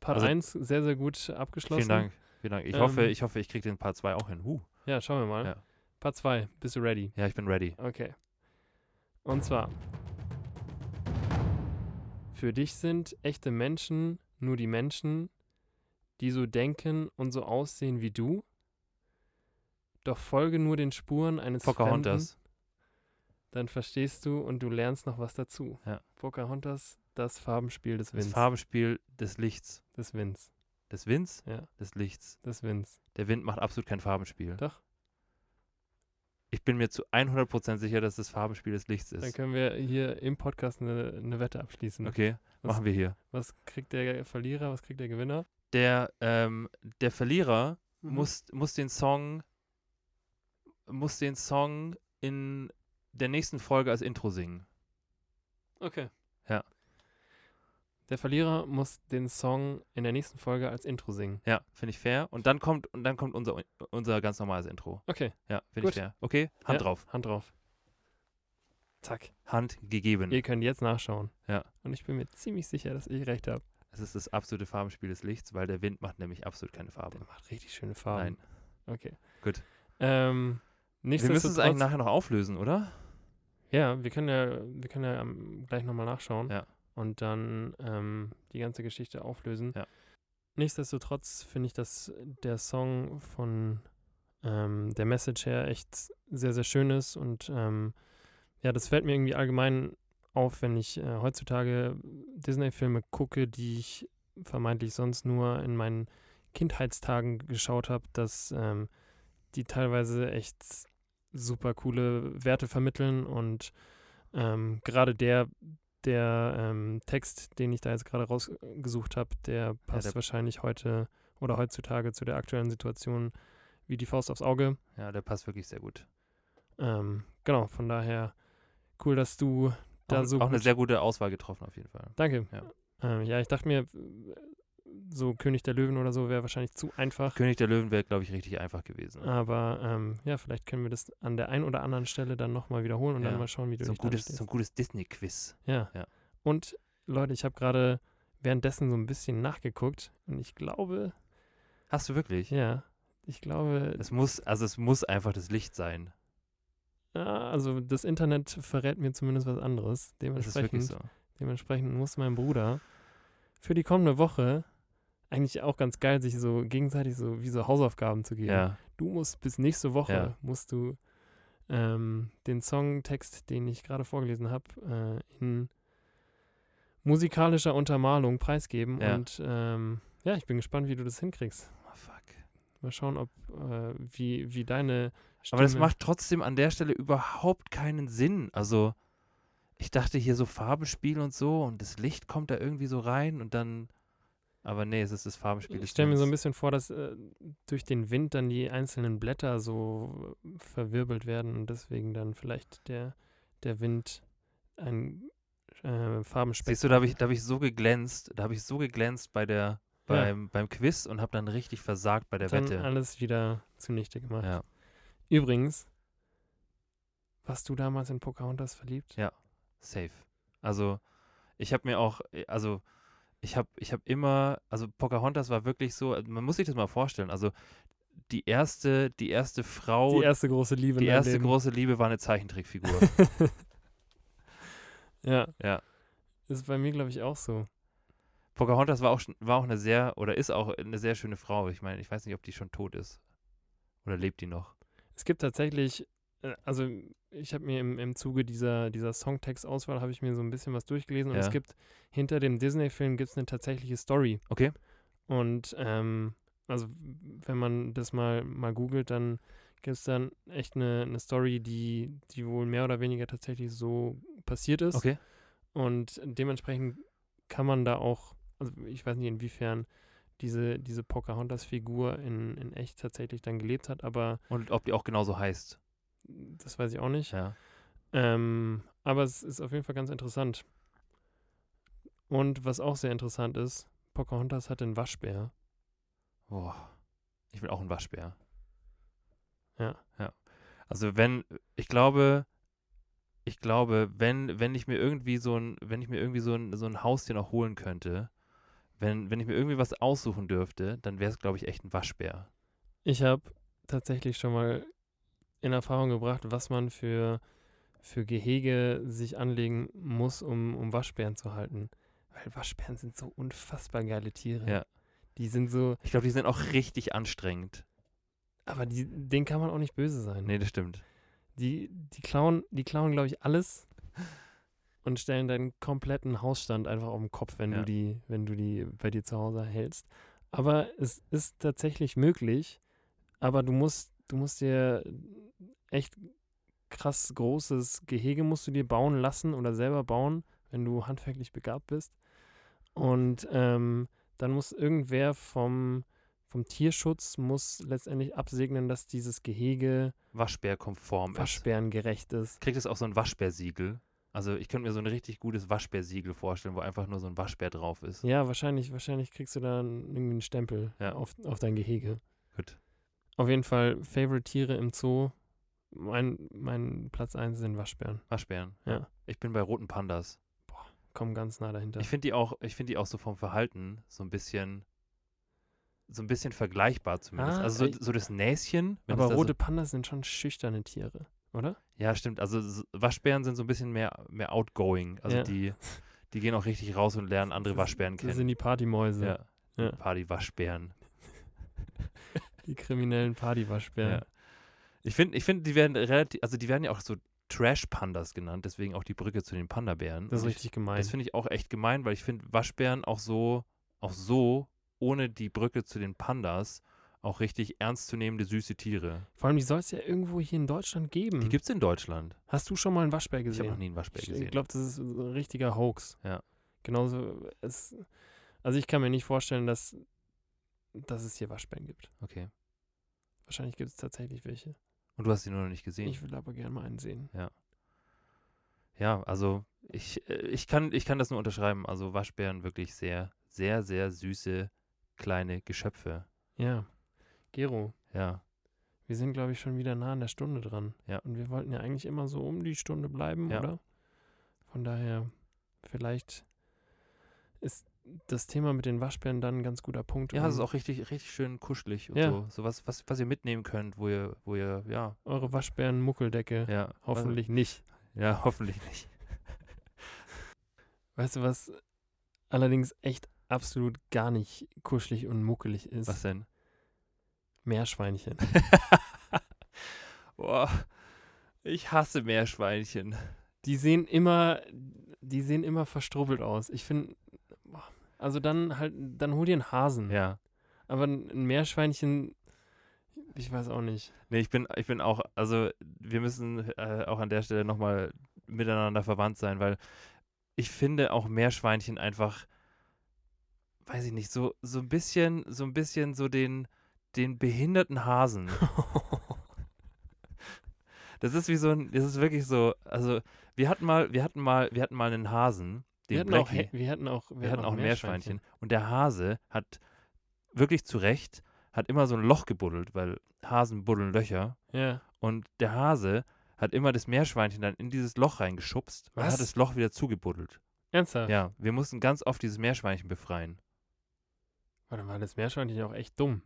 [SPEAKER 3] Part
[SPEAKER 2] Also-
[SPEAKER 3] 1 sehr, sehr gut abgeschlossen.
[SPEAKER 2] Vielen Dank. Vielen Dank. Ich
[SPEAKER 3] Ähm,
[SPEAKER 2] hoffe, ich hoffe, ich kriege den Part 2 auch hin. Huh.
[SPEAKER 3] Ja, schauen wir mal.
[SPEAKER 2] Ja.
[SPEAKER 3] Part 2, bist du ready?
[SPEAKER 2] Ja, ich bin ready.
[SPEAKER 3] Okay. Und zwar. Für dich sind echte Menschen nur die Menschen, die so denken und so aussehen wie du. Doch folge nur den Spuren eines Fremden,
[SPEAKER 2] Pocahontas.
[SPEAKER 3] dann verstehst du und du lernst noch was dazu.
[SPEAKER 2] Ja.
[SPEAKER 3] Pocahontas, das Farbenspiel des
[SPEAKER 2] Das
[SPEAKER 3] Winds.
[SPEAKER 2] Farbenspiel des Lichts.
[SPEAKER 3] des Winds.
[SPEAKER 2] Des Winds?
[SPEAKER 3] Ja.
[SPEAKER 2] Des Lichts.
[SPEAKER 3] Des Winds.
[SPEAKER 2] Der Wind macht absolut kein Farbenspiel.
[SPEAKER 3] Doch.
[SPEAKER 2] Ich bin mir zu 100% sicher, dass das Farbenspiel des Lichts
[SPEAKER 3] Dann
[SPEAKER 2] ist.
[SPEAKER 3] können wir hier im Podcast eine, eine Wette abschließen.
[SPEAKER 2] Okay,
[SPEAKER 3] Was-
[SPEAKER 2] machen wir hier.
[SPEAKER 3] Was kriegt der Verlierer, was kriegt der Gewinner?
[SPEAKER 2] Der, ähm, der Verlierer
[SPEAKER 3] Mhm.
[SPEAKER 2] muss, muss den Song muss den Song in der nächsten Folge als Intro singen.
[SPEAKER 3] Okay.
[SPEAKER 2] Ja.
[SPEAKER 3] Der Verlierer muss den Song in der nächsten Folge als Intro singen.
[SPEAKER 2] Ja, finde ich fair. Und dann kommt und dann kommt unser, unser ganz normales Intro.
[SPEAKER 3] Okay,
[SPEAKER 2] Ja, finde
[SPEAKER 3] Gut.
[SPEAKER 2] ich fair. Okay, Hand
[SPEAKER 3] Ja.
[SPEAKER 2] drauf.
[SPEAKER 3] Hand drauf. Zack.
[SPEAKER 2] Hand gegeben.
[SPEAKER 3] Ihr könnt jetzt nachschauen.
[SPEAKER 2] Hm. Ja.
[SPEAKER 3] Und ich bin mir ziemlich sicher, dass ich recht habe.
[SPEAKER 2] Es ist das absolute Farbenspiel des Lichts, weil der Wind macht nämlich absolut keine Farbe.
[SPEAKER 3] Der macht richtig schöne Farben.
[SPEAKER 2] Nein.
[SPEAKER 3] Nein. Okay.
[SPEAKER 2] Gut.
[SPEAKER 3] Ähm,
[SPEAKER 2] Wir müssen es eigentlich
[SPEAKER 3] nichtsdestotrotz.
[SPEAKER 2] nachher noch auflösen, oder?
[SPEAKER 3] Ja, wir können ja, wir können ja ähm, gleich nochmal nachschauen
[SPEAKER 2] Ja.
[SPEAKER 3] und dann ähm, die ganze Geschichte auflösen.
[SPEAKER 2] Ja.
[SPEAKER 3] Nichtsdestotrotz finde ich, dass der Song von ähm, der Message her echt sehr, sehr schön ist und ähm, Ja, das fällt mir irgendwie allgemein auf, wenn ich äh, heutzutage Disney-Filme gucke, die ich vermeintlich sonst nur in meinen Kindheitstagen geschaut habe, dass ähm, die teilweise echt super coole Werte vermitteln und ähm, gerade der, der ähm, Text, den ich da jetzt gerade rausgesucht habe, der passt
[SPEAKER 2] der-
[SPEAKER 3] wahrscheinlich heute oder heutzutage zu der aktuellen Situation wie die Faust aufs Auge.
[SPEAKER 2] Ja, der passt wirklich sehr gut.
[SPEAKER 3] Ähm, genau, von daher cool, dass du da
[SPEAKER 2] auch
[SPEAKER 3] so
[SPEAKER 2] auch eine
[SPEAKER 3] gut-
[SPEAKER 2] sehr gute Auswahl getroffen auf jeden Fall.
[SPEAKER 3] Danke.
[SPEAKER 2] Ja.
[SPEAKER 3] Ähm, ja, ich dachte mir, so König der Löwen oder so wäre wahrscheinlich zu einfach.
[SPEAKER 2] König der Löwen wäre, glaube ich, richtig einfach gewesen.
[SPEAKER 3] Aber ähm, ja, vielleicht können wir das an der einen oder anderen Stelle dann nochmal wiederholen und
[SPEAKER 2] Ja.
[SPEAKER 3] dann mal schauen, wie du
[SPEAKER 2] so, ein
[SPEAKER 3] dich dann
[SPEAKER 2] gutes,
[SPEAKER 3] stehst.
[SPEAKER 2] so ein gutes Disney-Quiz.
[SPEAKER 3] Ja.
[SPEAKER 2] Ja.
[SPEAKER 3] Und Leute, ich habe gerade währenddessen so ein bisschen nachgeguckt und ich glaube,
[SPEAKER 2] Hast du wirklich?
[SPEAKER 3] ja, ich glaube,
[SPEAKER 2] Es muss, also es muss einfach das Licht sein.
[SPEAKER 3] ja, also das Internet verrät mir zumindest was anderes.
[SPEAKER 2] Das ist wirklich
[SPEAKER 3] Dementsprechend,
[SPEAKER 2] so.
[SPEAKER 3] dementsprechend muss mein Bruder für die kommende Woche eigentlich auch ganz geil, sich so gegenseitig so wie so Hausaufgaben zu geben.
[SPEAKER 2] Ja.
[SPEAKER 3] Du musst bis nächste Woche
[SPEAKER 2] Ja.
[SPEAKER 3] musst du ähm, den Songtext, den ich gerade vorgelesen habe, äh, in musikalischer Untermalung preisgeben.
[SPEAKER 2] Ja.
[SPEAKER 3] Und ähm, ja, ich bin gespannt, wie du das hinkriegst.
[SPEAKER 2] Oh, fuck.
[SPEAKER 3] Mal schauen, ob äh, wie, wie deine Stimme.
[SPEAKER 2] Aber das macht trotzdem an der Stelle überhaupt keinen Sinn. Also, ich dachte hier so Farbenspiel und so und das Licht kommt da irgendwie so rein und dann. Aber nee, es ist das Farbenspiel.
[SPEAKER 3] Ich
[SPEAKER 2] des
[SPEAKER 3] stelle mir so ein
[SPEAKER 2] Lebens.
[SPEAKER 3] bisschen vor, dass äh, durch den Wind dann die einzelnen Blätter so äh, verwirbelt werden und deswegen dann vielleicht der, der Wind ein äh, Farbenspektrum.
[SPEAKER 2] Siehst du, da habe ich, da hab ich so geglänzt, da habe ich so geglänzt bei der, beim, beim Quiz und habe dann richtig versagt bei der
[SPEAKER 3] dann
[SPEAKER 2] Wette.
[SPEAKER 3] alles wieder zunichte gemacht.
[SPEAKER 2] Ja.
[SPEAKER 3] Übrigens, warst du damals in Pocahontas verliebt?
[SPEAKER 2] Safe. Also, ich habe mir auch, äh, also, ich habe ich hab immer, also Pocahontas war wirklich so, äh, man muss sich das mal vorstellen, also die erste, die erste Frau,
[SPEAKER 3] die erste große Liebe
[SPEAKER 2] die
[SPEAKER 3] in deinem
[SPEAKER 2] erste
[SPEAKER 3] Leben.
[SPEAKER 2] große Liebe war eine Zeichentrickfigur.
[SPEAKER 3] ja.
[SPEAKER 2] Ja.
[SPEAKER 3] Ist bei mir, glaube ich, auch so.
[SPEAKER 2] Pocahontas war auch, schon- war auch eine sehr, oder ist auch eine sehr schöne Frau. Ich meine, ich weiß nicht, ob die schon tot ist. Oder lebt die noch?
[SPEAKER 3] Es gibt tatsächlich, äh, also ich habe mir im, im Zuge dieser, dieser Songtextauswahl, habe ich mir so ein bisschen was durchgelesen und
[SPEAKER 2] Ja.
[SPEAKER 3] es gibt, hinter dem Disney-Film gibt es eine tatsächliche Story.
[SPEAKER 2] Okay.
[SPEAKER 3] Und ähm, also wenn man das mal, mal googelt, dann gibt es dann echt eine, eine Story, die, die wohl mehr oder weniger tatsächlich so passiert ist.
[SPEAKER 2] Okay.
[SPEAKER 3] Und dementsprechend kann man da auch, also ich weiß nicht, inwiefern diese, diese Pocahontas-Figur in, in echt tatsächlich dann gelebt hat, aber
[SPEAKER 2] Und ob die auch genauso heißt.
[SPEAKER 3] das weiß ich auch nicht.
[SPEAKER 2] Ja.
[SPEAKER 3] Ähm, aber es ist auf jeden Fall ganz interessant. Und was auch sehr interessant ist, Pocahontas hat einen Waschbär.
[SPEAKER 2] Boah. Ich bin auch ein Waschbär.
[SPEAKER 3] Ja.
[SPEAKER 2] Ja. Also wenn, ich glaube, ich glaube, wenn, wenn ich mir irgendwie so ein, wenn ich mir irgendwie so ein, so ein Haustier noch holen könnte, wenn, wenn ich mir irgendwie was aussuchen dürfte, dann wäre es, glaube ich, echt ein Waschbär.
[SPEAKER 3] Ich habe tatsächlich schon mal in Erfahrung gebracht, was man für, für Gehege sich anlegen muss, um, um Waschbären zu halten. Weil Waschbären sind so unfassbar geile Tiere.
[SPEAKER 2] Ja.
[SPEAKER 3] Die sind so,
[SPEAKER 2] Ich glaube, die sind auch richtig anstrengend.
[SPEAKER 3] aber die, denen kann man auch nicht böse sein. ne?
[SPEAKER 2] Nee, das stimmt.
[SPEAKER 3] Die, die klauen, die klauen glaube ich, alles und stellen deinen kompletten Hausstand einfach auf den Kopf, wenn
[SPEAKER 2] Ja.
[SPEAKER 3] du die, wenn du die bei dir zu Hause hältst. Aber es ist tatsächlich möglich, aber du musst, du musst dir echt krass großes Gehege musst du dir bauen lassen oder selber bauen, wenn du handwerklich begabt bist. Und ähm, dann muss irgendwer vom, vom Tierschutz muss letztendlich absegnen, dass dieses Gehege
[SPEAKER 2] Waschbärkonform ist.
[SPEAKER 3] waschbärengerecht ist.
[SPEAKER 2] Kriegt es auch so ein Waschbärsiegel? Also ich könnte mir so ein richtig gutes Waschbärsiegel vorstellen, wo einfach nur so ein Waschbär drauf ist.
[SPEAKER 3] Ja, wahrscheinlich, wahrscheinlich kriegst du dann irgendwie einen Stempel
[SPEAKER 2] Ja.
[SPEAKER 3] auf, auf dein Gehege.
[SPEAKER 2] Gut.
[SPEAKER 3] Auf jeden Fall, Favorite Tiere im Zoo. Mein, mein Platz 1 sind Waschbären.
[SPEAKER 2] Waschbären.
[SPEAKER 3] Ja.
[SPEAKER 2] Ich bin bei roten Pandas.
[SPEAKER 3] Kommen ganz nah dahinter.
[SPEAKER 2] Ich finde die auch, ich finde die auch so vom Verhalten so ein bisschen, so ein bisschen vergleichbar zumindest.
[SPEAKER 3] Ah,
[SPEAKER 2] also
[SPEAKER 3] ey.
[SPEAKER 2] so, so das Näschen. wenn es
[SPEAKER 3] Aber
[SPEAKER 2] da
[SPEAKER 3] rote Pandas sind schon schüchterne Tiere, oder?
[SPEAKER 2] So, ja, stimmt. Also s- Waschbären sind so ein bisschen mehr, mehr outgoing. Also
[SPEAKER 3] Ja.
[SPEAKER 2] die, die gehen auch richtig raus und lernen andere
[SPEAKER 3] Das-
[SPEAKER 2] Waschbären
[SPEAKER 3] Das
[SPEAKER 2] kennen.
[SPEAKER 3] sind die Partymäuse,
[SPEAKER 2] Ja.
[SPEAKER 3] Ja.
[SPEAKER 2] Party-Waschbären.
[SPEAKER 3] die kriminellen Partywaschbären.
[SPEAKER 2] Ja. Ich finde, ich find, die werden relativ, also die werden ja auch so Trash Pandas genannt, deswegen auch die Brücke zu den Panda-Bären.
[SPEAKER 3] Das ist
[SPEAKER 2] Und ich-
[SPEAKER 3] richtig gemein.
[SPEAKER 2] Das finde ich auch echt gemein, weil ich finde Waschbären auch so, auch so, ohne die Brücke zu den Pandas, auch richtig ernstzunehmende süße Tiere.
[SPEAKER 3] Vor allem, die soll es ja irgendwo hier in Deutschland geben.
[SPEAKER 2] Die gibt es in Deutschland.
[SPEAKER 3] Hast du schon mal einen Waschbär
[SPEAKER 2] Ich habe noch
[SPEAKER 3] Mhm. gesehen?
[SPEAKER 2] nie einen Waschbär
[SPEAKER 3] Ich,
[SPEAKER 2] gesehen.
[SPEAKER 3] glaube, das ist ein richtiger Hoax.
[SPEAKER 2] Ja.
[SPEAKER 3] Genauso, es, also ich kann mir nicht vorstellen, dass, dass es hier Waschbären gibt.
[SPEAKER 2] okay.
[SPEAKER 3] Wahrscheinlich gibt es tatsächlich welche.
[SPEAKER 2] Und du hast ihn nur noch nicht gesehen.
[SPEAKER 3] Ich würde aber gerne mal einen sehen.
[SPEAKER 2] ja, also ich, äh, ich, kann, ich kann das nur unterschreiben. Also Waschbären wirklich sehr, sehr, sehr süße kleine Geschöpfe.
[SPEAKER 3] Ja. Gero,
[SPEAKER 2] Ja,
[SPEAKER 3] wir sind, glaube ich, schon wieder nah an der Stunde dran.
[SPEAKER 2] Ja.
[SPEAKER 3] Und wir wollten ja eigentlich immer so um die Stunde bleiben,
[SPEAKER 2] Ja.
[SPEAKER 3] oder? Von daher, vielleicht ist das Thema mit den Waschbären dann ein ganz guter Punkt,
[SPEAKER 2] ja, es ist
[SPEAKER 3] um
[SPEAKER 2] auch richtig, richtig schön kuschelig und
[SPEAKER 3] Ja.
[SPEAKER 2] so. So was, was, was ihr mitnehmen könnt, wo ihr, wo ihr, ja,
[SPEAKER 3] eure Waschbären-Muckeldecke
[SPEAKER 2] ja.
[SPEAKER 3] hoffentlich nicht
[SPEAKER 2] Ja, hoffentlich nicht.
[SPEAKER 3] Weißt du, was allerdings echt absolut gar nicht kuschelig und muckelig ist?
[SPEAKER 2] Was denn?
[SPEAKER 3] Meerschweinchen.
[SPEAKER 2] Boah, ich hasse Meerschweinchen.
[SPEAKER 3] Die sehen immer, die sehen immer verstrubbelt aus. Ich finde, also dann halt, dann hol dir einen Hasen.
[SPEAKER 2] Ja.
[SPEAKER 3] Aber ein ein Meerschweinchen, ich weiß auch nicht.
[SPEAKER 2] Nee, ich bin, ich bin auch, also wir müssen äh, auch an der Stelle nochmal miteinander verwandt sein, weil ich finde auch Meerschweinchen einfach, weiß ich nicht, so, so ein bisschen, so ein bisschen so den, den behinderten Hasen. Das ist wie so ein, das ist wirklich so, also wir hatten mal, wir hatten mal, wir hatten mal einen Hasen, den
[SPEAKER 3] Wir hatten, auch,
[SPEAKER 2] Blackie.
[SPEAKER 3] He- wir hatten auch,
[SPEAKER 2] Wir hatten auch ein Meerschweinchen. Und der Hase hat wirklich zu Recht, hat immer so ein Loch gebuddelt, weil Hasen buddeln Löcher.
[SPEAKER 3] Ja.
[SPEAKER 2] Und der Hase hat immer das Meerschweinchen dann in dieses Loch reingeschubst und
[SPEAKER 3] Was?
[SPEAKER 2] hat das Loch wieder zugebuddelt.
[SPEAKER 3] Ernsthaft?
[SPEAKER 2] Ja, wir mussten ganz oft dieses Meerschweinchen befreien.
[SPEAKER 3] Warte mal, das Meerschweinchen ist auch echt dumm.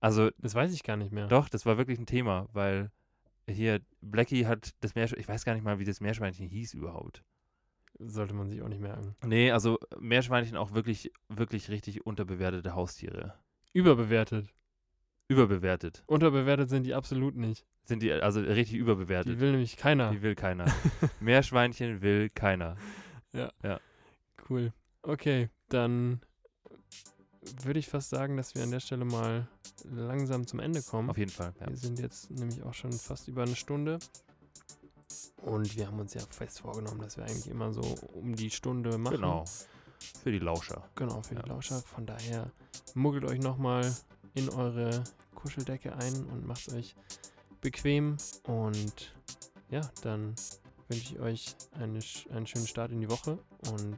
[SPEAKER 2] Also
[SPEAKER 3] Das weiß ich gar nicht mehr.
[SPEAKER 2] doch, das war wirklich ein Thema, weil hier Blackie hat das Meerschweinchen, ich weiß gar nicht mal, wie das Meerschweinchen hieß überhaupt.
[SPEAKER 3] Sollte man sich auch nicht merken.
[SPEAKER 2] Nee, also Meerschweinchen auch wirklich, wirklich richtig unterbewertete Haustiere.
[SPEAKER 3] Überbewertet.
[SPEAKER 2] Überbewertet.
[SPEAKER 3] Unterbewertet sind die absolut nicht.
[SPEAKER 2] Sind die, also richtig überbewertet.
[SPEAKER 3] Die will nämlich keiner.
[SPEAKER 2] Die will keiner. Meerschweinchen will keiner.
[SPEAKER 3] Cool. Okay, dann würde ich fast sagen, dass wir an der Stelle mal langsam zum Ende kommen.
[SPEAKER 2] Auf jeden Fall. Ja.
[SPEAKER 3] Wir sind jetzt nämlich auch schon fast über eine Stunde. Und wir haben uns ja fest vorgenommen, dass wir eigentlich immer so um die Stunde machen.
[SPEAKER 2] Genau. Für die Lauscher.
[SPEAKER 3] Genau, für
[SPEAKER 2] Ja.
[SPEAKER 3] die Lauscher. Von daher muggelt euch nochmal in eure Kuscheldecke ein und macht euch bequem. Und ja, dann wünsche ich euch eine, sch- einen schönen Start in die Woche und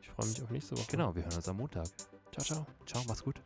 [SPEAKER 3] ich freue mich auf nächste Woche.
[SPEAKER 2] Genau, wir hören uns am Montag.
[SPEAKER 3] Ciao, ciao.
[SPEAKER 2] Ciao, mach's gut.